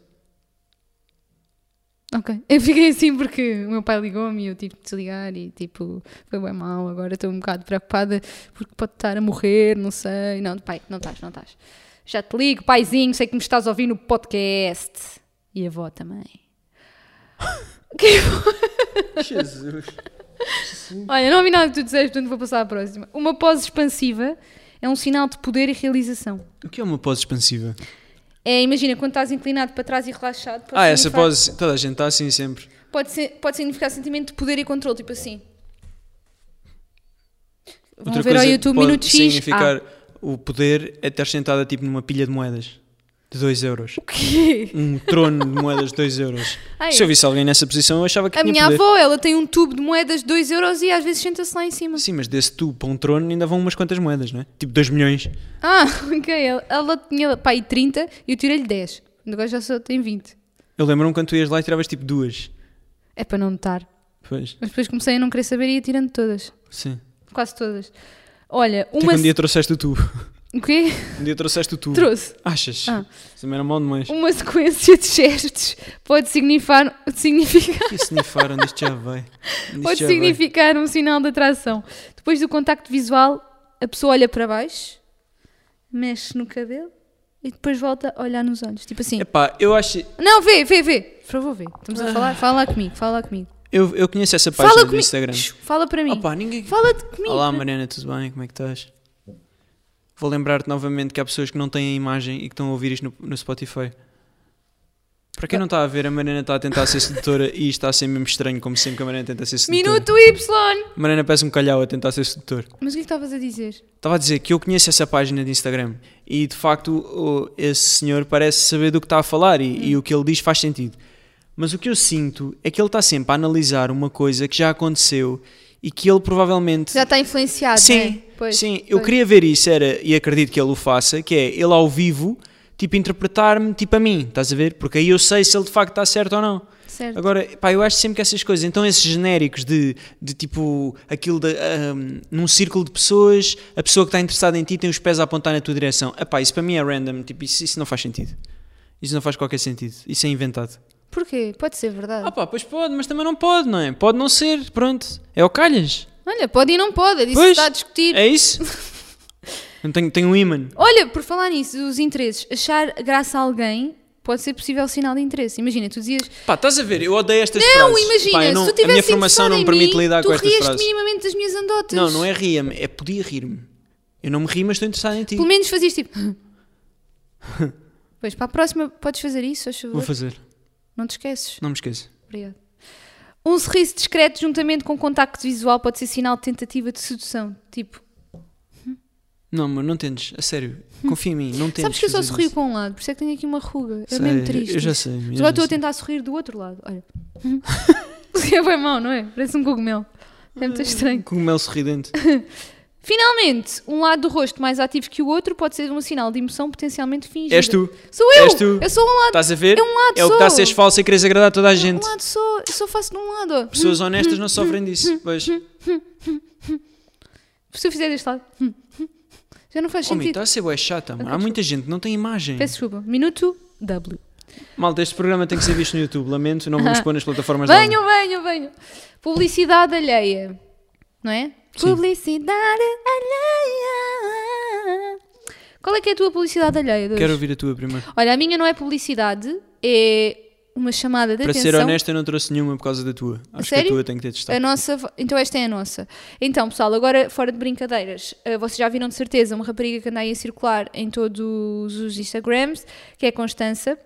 [SPEAKER 2] ok. Eu fiquei assim porque o meu pai ligou-me e eu tive que desligar e tipo, foi bem mal, agora estou um bocado preocupada porque pode estar a morrer, não sei. Não, pai, não estás, não estás. Já te ligo, paizinho, sei que me estás a ouvir no podcast. E a avó também. que
[SPEAKER 3] Jesus.
[SPEAKER 2] Olha, não ouvi nada que tu disseste, portanto vou passar à próxima. Uma pose expansiva é um sinal de poder e realização.
[SPEAKER 3] O que é uma pose expansiva?
[SPEAKER 2] É, imagina, quando estás inclinado para trás e relaxado, pode,
[SPEAKER 3] Ah, essa
[SPEAKER 2] significar-
[SPEAKER 3] pose. Toda a gente está assim sempre.
[SPEAKER 2] pode, ser, pode significar sentimento de poder e controle, tipo assim. Vão
[SPEAKER 3] Outra
[SPEAKER 2] ver ao
[SPEAKER 3] coisa que
[SPEAKER 2] YouTube
[SPEAKER 3] pode
[SPEAKER 2] Minuto X.
[SPEAKER 3] significar
[SPEAKER 2] Ah,
[SPEAKER 3] o poder é estar sentada tipo numa pilha de moedas de 2 euros.
[SPEAKER 2] o quê?
[SPEAKER 3] Um trono de moedas de 2 euros.
[SPEAKER 2] Ai.
[SPEAKER 3] Se eu visse alguém nessa posição, eu achava que
[SPEAKER 2] A
[SPEAKER 3] tinha
[SPEAKER 2] minha
[SPEAKER 3] poder.
[SPEAKER 2] avó, ela tem um tubo de moedas de 2 euros e às vezes senta-se lá em cima.
[SPEAKER 3] Sim, mas desse tubo para um trono ainda vão umas quantas moedas, não é? Tipo 2 milhões.
[SPEAKER 2] Ah, ok. Ela, ela tinha, pá, e 30 e eu tirei-lhe 10. Agora já só tem 20.
[SPEAKER 3] Eu lembro-me quando tu ias lá e tiravas tipo duas.
[SPEAKER 2] É para não notar.
[SPEAKER 3] Pois,
[SPEAKER 2] Mas depois comecei a não querer saber e ia tirando todas.
[SPEAKER 3] sim.
[SPEAKER 2] Quase todas. Olha,
[SPEAKER 3] Até que
[SPEAKER 2] uma.
[SPEAKER 3] um dia trouxeste o tubo.
[SPEAKER 2] se- O quê?
[SPEAKER 3] Um dia trouxeste o tubo.
[SPEAKER 2] Trouxe.
[SPEAKER 3] Achas?
[SPEAKER 2] Ah. Um-
[SPEAKER 3] Isso também era mal demais.
[SPEAKER 2] Uma sequência de gestos pode significar, significar-
[SPEAKER 3] Que snifar, onde isto já vai? Onde isto
[SPEAKER 2] pode
[SPEAKER 3] já vai?
[SPEAKER 2] significar um sinal de atração. Depois do contacto visual, a pessoa olha para baixo, mexe no cabelo e depois volta a olhar nos olhos. Tipo assim.
[SPEAKER 3] Epá, eu acho.
[SPEAKER 2] Não, vê, vê, vê. Por favor, vê. Estamos a falar. Fala lá comigo, fala lá comigo.
[SPEAKER 3] Eu, eu conheço essa Ah. página
[SPEAKER 2] Fala
[SPEAKER 3] do
[SPEAKER 2] comigo.
[SPEAKER 3] Instagram.
[SPEAKER 2] Shhh, Fala para mim.
[SPEAKER 3] Opá, ninguém.
[SPEAKER 2] Fala de comigo.
[SPEAKER 3] Olá Mariana, tudo bem? Como é que estás? Vou lembrar-te novamente que há pessoas que não têm a imagem e que estão a ouvir isto no, no Spotify. Para quem não está a ver, a Mariana está a tentar ser sedutora e está a ser mesmo estranho, como sempre que a Mariana tenta ser sedutora.
[SPEAKER 2] Minuto Y.
[SPEAKER 3] A Mariana parece um calhau a tentar ser sedutor.
[SPEAKER 2] Mas o que é que estavas a dizer?
[SPEAKER 3] Estava a dizer que eu conheço essa página de Instagram e de facto o- esse senhor parece saber do que está a falar e, e o que ele diz faz sentido. Mas o que eu sinto é que ele está sempre a analisar uma coisa que já aconteceu e que ele provavelmente
[SPEAKER 2] Já está influenciado.
[SPEAKER 3] Sim,
[SPEAKER 2] não é? Pois,
[SPEAKER 3] sim. eu
[SPEAKER 2] pois.
[SPEAKER 3] queria ver isso, era, e acredito que ele o faça, que é ele ao vivo, tipo, interpretar-me, tipo, a mim, estás a ver? Porque aí eu sei se ele de facto está certo ou não.
[SPEAKER 2] Certo.
[SPEAKER 3] Agora, pá, eu acho sempre que essas coisas, então esses genéricos de, de tipo, aquilo de, ahm, num círculo de pessoas, a pessoa que está interessada em ti tem os pés a apontar na tua direção. Epá, isso para mim é random, tipo, isso, isso não faz sentido. Isso não faz qualquer sentido, isso é inventado.
[SPEAKER 2] Porquê? Pode ser verdade.
[SPEAKER 3] Ah pá, pois pode, mas também não pode, não é? Pode não ser, pronto. É o calhas.
[SPEAKER 2] Olha, pode e não pode, é disso
[SPEAKER 3] Pois,
[SPEAKER 2] que está a discutir.
[SPEAKER 3] É isso? Não tenho, tenho um ímã.
[SPEAKER 2] Olha, por falar nisso, os interesses, achar graça a alguém pode ser possível sinal de interesse. Imagina, tu dizias,
[SPEAKER 3] Pá, estás a ver? Eu odeio estas
[SPEAKER 2] não,
[SPEAKER 3] frases.
[SPEAKER 2] imagina,
[SPEAKER 3] Pá, eu não-
[SPEAKER 2] se tu
[SPEAKER 3] A minha
[SPEAKER 2] tivesse
[SPEAKER 3] formação
[SPEAKER 2] interessado
[SPEAKER 3] não me
[SPEAKER 2] em
[SPEAKER 3] permite
[SPEAKER 2] mim,
[SPEAKER 3] lidar
[SPEAKER 2] tu
[SPEAKER 3] com estas
[SPEAKER 2] rias
[SPEAKER 3] frases.
[SPEAKER 2] minimamente das minhas andotas.
[SPEAKER 3] Não, não é ria-me, é podia rir-me. Eu não me ri, mas estou interessado em ti.
[SPEAKER 2] Pelo menos fazias tipo... pois, para a próxima podes fazer isso, faz
[SPEAKER 3] Vou
[SPEAKER 2] favor.
[SPEAKER 3] fazer,
[SPEAKER 2] Não te esqueces.
[SPEAKER 3] não me esqueço.
[SPEAKER 2] Obrigada. Um sorriso discreto juntamente com contacto visual pode ser sinal de tentativa de sedução. Tipo,
[SPEAKER 3] Não, mas não tentes, a sério. Confia em mim, não tentes.
[SPEAKER 2] Hum. sabes que eu só
[SPEAKER 3] fazer
[SPEAKER 2] sorrio
[SPEAKER 3] isso.
[SPEAKER 2] para um lado, por isso é que tenho aqui uma ruga.
[SPEAKER 3] Sei,
[SPEAKER 2] é mesmo triste.
[SPEAKER 3] Eu já sei. eu
[SPEAKER 2] Mas
[SPEAKER 3] já
[SPEAKER 2] agora estou a
[SPEAKER 3] sei.
[SPEAKER 2] tentar sorrir do outro lado. Olha. Uhum. é bem mau, não é? Parece um cogumelo. É muito estranho.
[SPEAKER 3] Cogumelo sorridente.
[SPEAKER 2] Finalmente, um lado do rosto mais ativo que o outro pode ser um sinal de emoção potencialmente fingida.
[SPEAKER 3] És tu.
[SPEAKER 2] Sou eu!
[SPEAKER 3] És tu.
[SPEAKER 2] Eu sou um lado.
[SPEAKER 3] Estás a ver?
[SPEAKER 2] É um lado
[SPEAKER 3] É o que está a
[SPEAKER 2] só.
[SPEAKER 3] seres falso e queres agradar toda a
[SPEAKER 2] Um
[SPEAKER 3] gente.
[SPEAKER 2] lado hum, só. Eu só faço de um lado. ó.
[SPEAKER 3] Pessoas honestas não sofrem disso. Pois.
[SPEAKER 2] Se eu fizer deste lado. Já não faz
[SPEAKER 3] Homem,
[SPEAKER 2] sentido.
[SPEAKER 3] está a ser bué chata, mano. Há muita gente que não tem imagem.
[SPEAKER 2] Peço desculpa. Minuto W.
[SPEAKER 3] Malta, este programa tem que ser visto no YouTube. Lamento, não vamos pôr nas plataformas de áudio.
[SPEAKER 2] Venham, venham, venham. Publicidade alheia. Não é? Publicidade alheia. Qual é que é a tua publicidade alheia? Deus?
[SPEAKER 3] Quero ouvir a tua primeiro.
[SPEAKER 2] Olha, a minha não é publicidade, é uma chamada de
[SPEAKER 3] Para
[SPEAKER 2] atenção.
[SPEAKER 3] ser honesto, eu não trouxe nenhuma por causa da tua. Acho
[SPEAKER 2] sério?
[SPEAKER 3] que a tua tem que ter
[SPEAKER 2] A
[SPEAKER 3] testado.
[SPEAKER 2] nossa, vo- então esta é a nossa. Então, pessoal, agora fora de brincadeiras, eh, vocês já viram de certeza uma rapariga que anda aí a circular em todos os Instagrams, que é a Constança.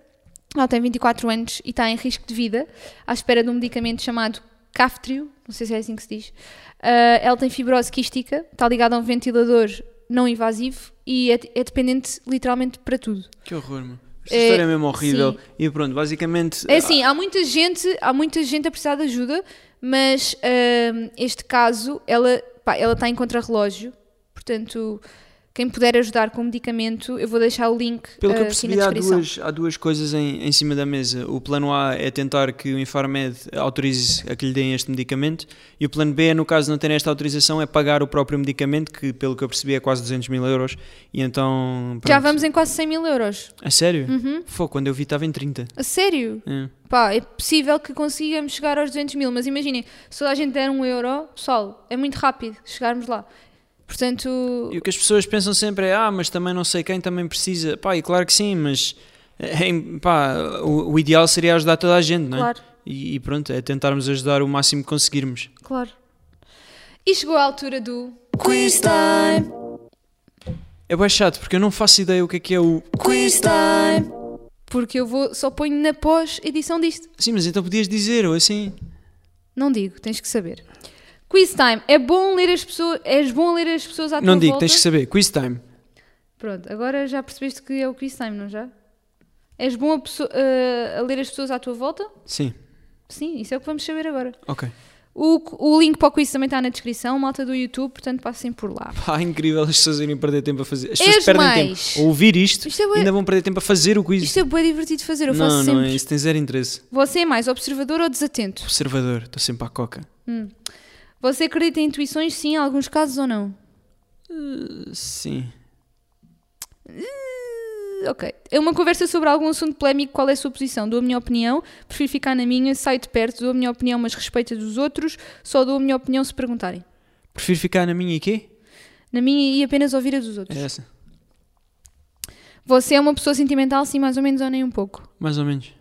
[SPEAKER 2] Ela tem 24 anos e está em risco de vida, à espera de um medicamento chamado Caftrio, não sei se é assim que se diz. Eh, ela tem fibrose quística, está ligada a um ventilador não invasivo e é, é dependente literalmente para tudo.
[SPEAKER 3] Que horror, mano. Esta
[SPEAKER 2] É,
[SPEAKER 3] história é mesmo horrível.
[SPEAKER 2] sim.
[SPEAKER 3] E pronto, basicamente. ah,
[SPEAKER 2] É assim, há muita gente, há muita gente a precisar de ajuda, mas hum, este caso, ela, pá, ela está em contrarrelógio, portanto, quem puder ajudar com medicamento, eu vou deixar o link
[SPEAKER 3] Pelo que
[SPEAKER 2] eh,
[SPEAKER 3] eu
[SPEAKER 2] aqui
[SPEAKER 3] percebi,
[SPEAKER 2] na
[SPEAKER 3] há
[SPEAKER 2] descrição.
[SPEAKER 3] duas, há duas coisas em, em cima da mesa. O plano A é tentar que o Infarmed autorize a que lhe deem este medicamento e o plano B, no caso de não terem esta autorização, é pagar o próprio medicamento, que pelo que eu percebi é quase 200 mil euros. E então.
[SPEAKER 2] Já
[SPEAKER 3] pronto.
[SPEAKER 2] vamos Uhum. em quase 100 mil euros.
[SPEAKER 3] A sério? Foi, quando eu vi estava em 30.
[SPEAKER 2] A sério?
[SPEAKER 3] É.
[SPEAKER 2] Pá, é possível que consigamos chegar aos 200 mil, mas imaginem, se toda a gente der um euro, pessoal, é muito rápido chegarmos lá. Portanto,
[SPEAKER 3] E o que as pessoas pensam sempre é, ah, mas também não sei quem também precisa. Pá, e claro que sim, mas eh, em- pá, o, o ideal seria ajudar toda a gente, não é?
[SPEAKER 2] Claro.
[SPEAKER 3] E, e pronto, é tentarmos ajudar o máximo que conseguirmos.
[SPEAKER 2] claro. E chegou a altura do
[SPEAKER 1] Quiz time,
[SPEAKER 3] É bem chato, porque eu não faço ideia o que é que é o...
[SPEAKER 1] quiz time,
[SPEAKER 2] porque eu vou só ponho na pós-edição disto.
[SPEAKER 3] Sim, mas então podias dizer, ou assim...
[SPEAKER 2] Não digo, tens que saber. Quiz time. É bom ler as pessoas, és bom ler as pessoas à tua
[SPEAKER 3] Não digo,
[SPEAKER 2] Então volta?
[SPEAKER 3] tens que saber. Quiz time.
[SPEAKER 2] Pronto, agora já percebeste que é o quiz time, não já? És bom a, pesso- a- a ler as pessoas à tua volta?
[SPEAKER 3] Sim,
[SPEAKER 2] Sim, isso é o que vamos saber agora.
[SPEAKER 3] ok.
[SPEAKER 2] O, o link para o quiz também está na descrição, malta do YouTube, portanto passem por lá.
[SPEAKER 3] Pá, é incrível as pessoas irem perder tempo a fazer. As
[SPEAKER 2] És
[SPEAKER 3] pessoas perdem
[SPEAKER 2] mais.
[SPEAKER 3] tempo a ouvir isto,
[SPEAKER 2] Isto é bué-
[SPEAKER 3] ainda vão perder tempo a fazer o quiz.
[SPEAKER 2] Isto é bem divertido de fazer, eu
[SPEAKER 3] não,
[SPEAKER 2] faço
[SPEAKER 3] não,
[SPEAKER 2] sempre.
[SPEAKER 3] é isso tem zero interesse.
[SPEAKER 2] Você é mais observador ou desatento?
[SPEAKER 3] Observador, estou sempre à coca.
[SPEAKER 2] Você acredita em intuições, sim, em alguns casos ou não?
[SPEAKER 3] Sim.
[SPEAKER 2] Ok. É uma conversa sobre algum assunto polémico, qual é a sua posição? Dou a minha opinião, prefiro ficar na minha, saio de perto, dou a minha opinião, mas respeito a dos outros, só dou a minha opinião se perguntarem.
[SPEAKER 3] Prefiro ficar na minha e quê?
[SPEAKER 2] Na minha e apenas ouvir a dos
[SPEAKER 3] É
[SPEAKER 2] outros.
[SPEAKER 3] essa.
[SPEAKER 2] Você é uma pessoa sentimental, sim, mais ou menos, ou nem um pouco.
[SPEAKER 3] Mais ou menos.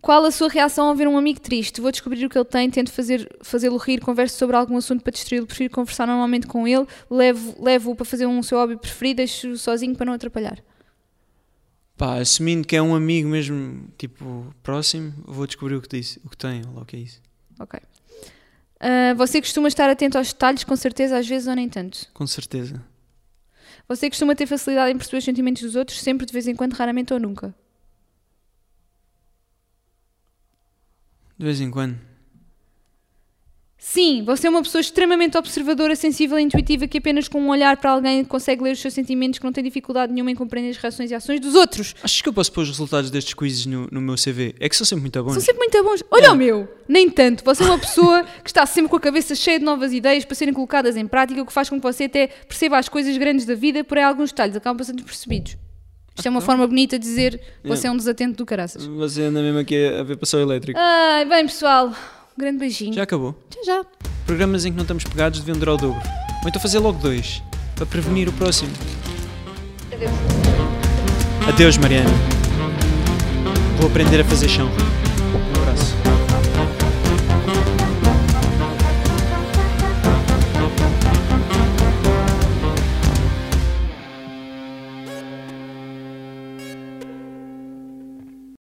[SPEAKER 2] Qual a sua reação ao ver um amigo triste? Vou descobrir o que ele tem, tento fazer- fazê-lo rir, converso sobre algum assunto para distraí-lo, prefiro conversar normalmente com ele, levo- levo-o para fazer um seu hobby preferido, deixo-o sozinho para não atrapalhar.
[SPEAKER 3] Pá, assumindo que é um amigo mesmo, tipo, próximo, vou descobrir o que, disse, o que tem, ou lá o que é isso.
[SPEAKER 2] Ok. Ah, você costuma estar atento aos detalhes, com certeza, às vezes ou nem tanto?
[SPEAKER 3] Com certeza.
[SPEAKER 2] Você costuma ter facilidade em perceber os sentimentos dos outros, sempre de vez em quando, raramente ou nunca.
[SPEAKER 3] De vez em quando.
[SPEAKER 2] Sim, você é uma pessoa extremamente observadora, sensível e intuitiva que apenas com um olhar para alguém consegue ler os seus sentimentos, que não tem dificuldade nenhuma em compreender as reações e ações dos outros.
[SPEAKER 3] Achas que eu posso pôr os resultados destes quizzes no, no meu CV? É que são sempre muito bons.
[SPEAKER 2] São sempre muito bons. Olha o meu! Nem tanto. Você é uma pessoa que está sempre com a cabeça cheia de novas ideias para serem colocadas em prática, o que faz com que você até perceba as coisas grandes da vida, porém alguns detalhes acabam passando despercebidos. Isto é uma forma bonita de dizer você é um desatento do caraças.
[SPEAKER 3] Você anda mesmo aqui a ver passar o elétrico.
[SPEAKER 2] Ai, bem pessoal, um grande beijinho.
[SPEAKER 3] Já acabou.
[SPEAKER 2] já. já.
[SPEAKER 3] Programas em que não estamos pegados deviam durar o dobro. Ou então fazer logo dois, para prevenir o próximo. Adeus. Adeus, Mariana. Vou aprender a fazer chão. Um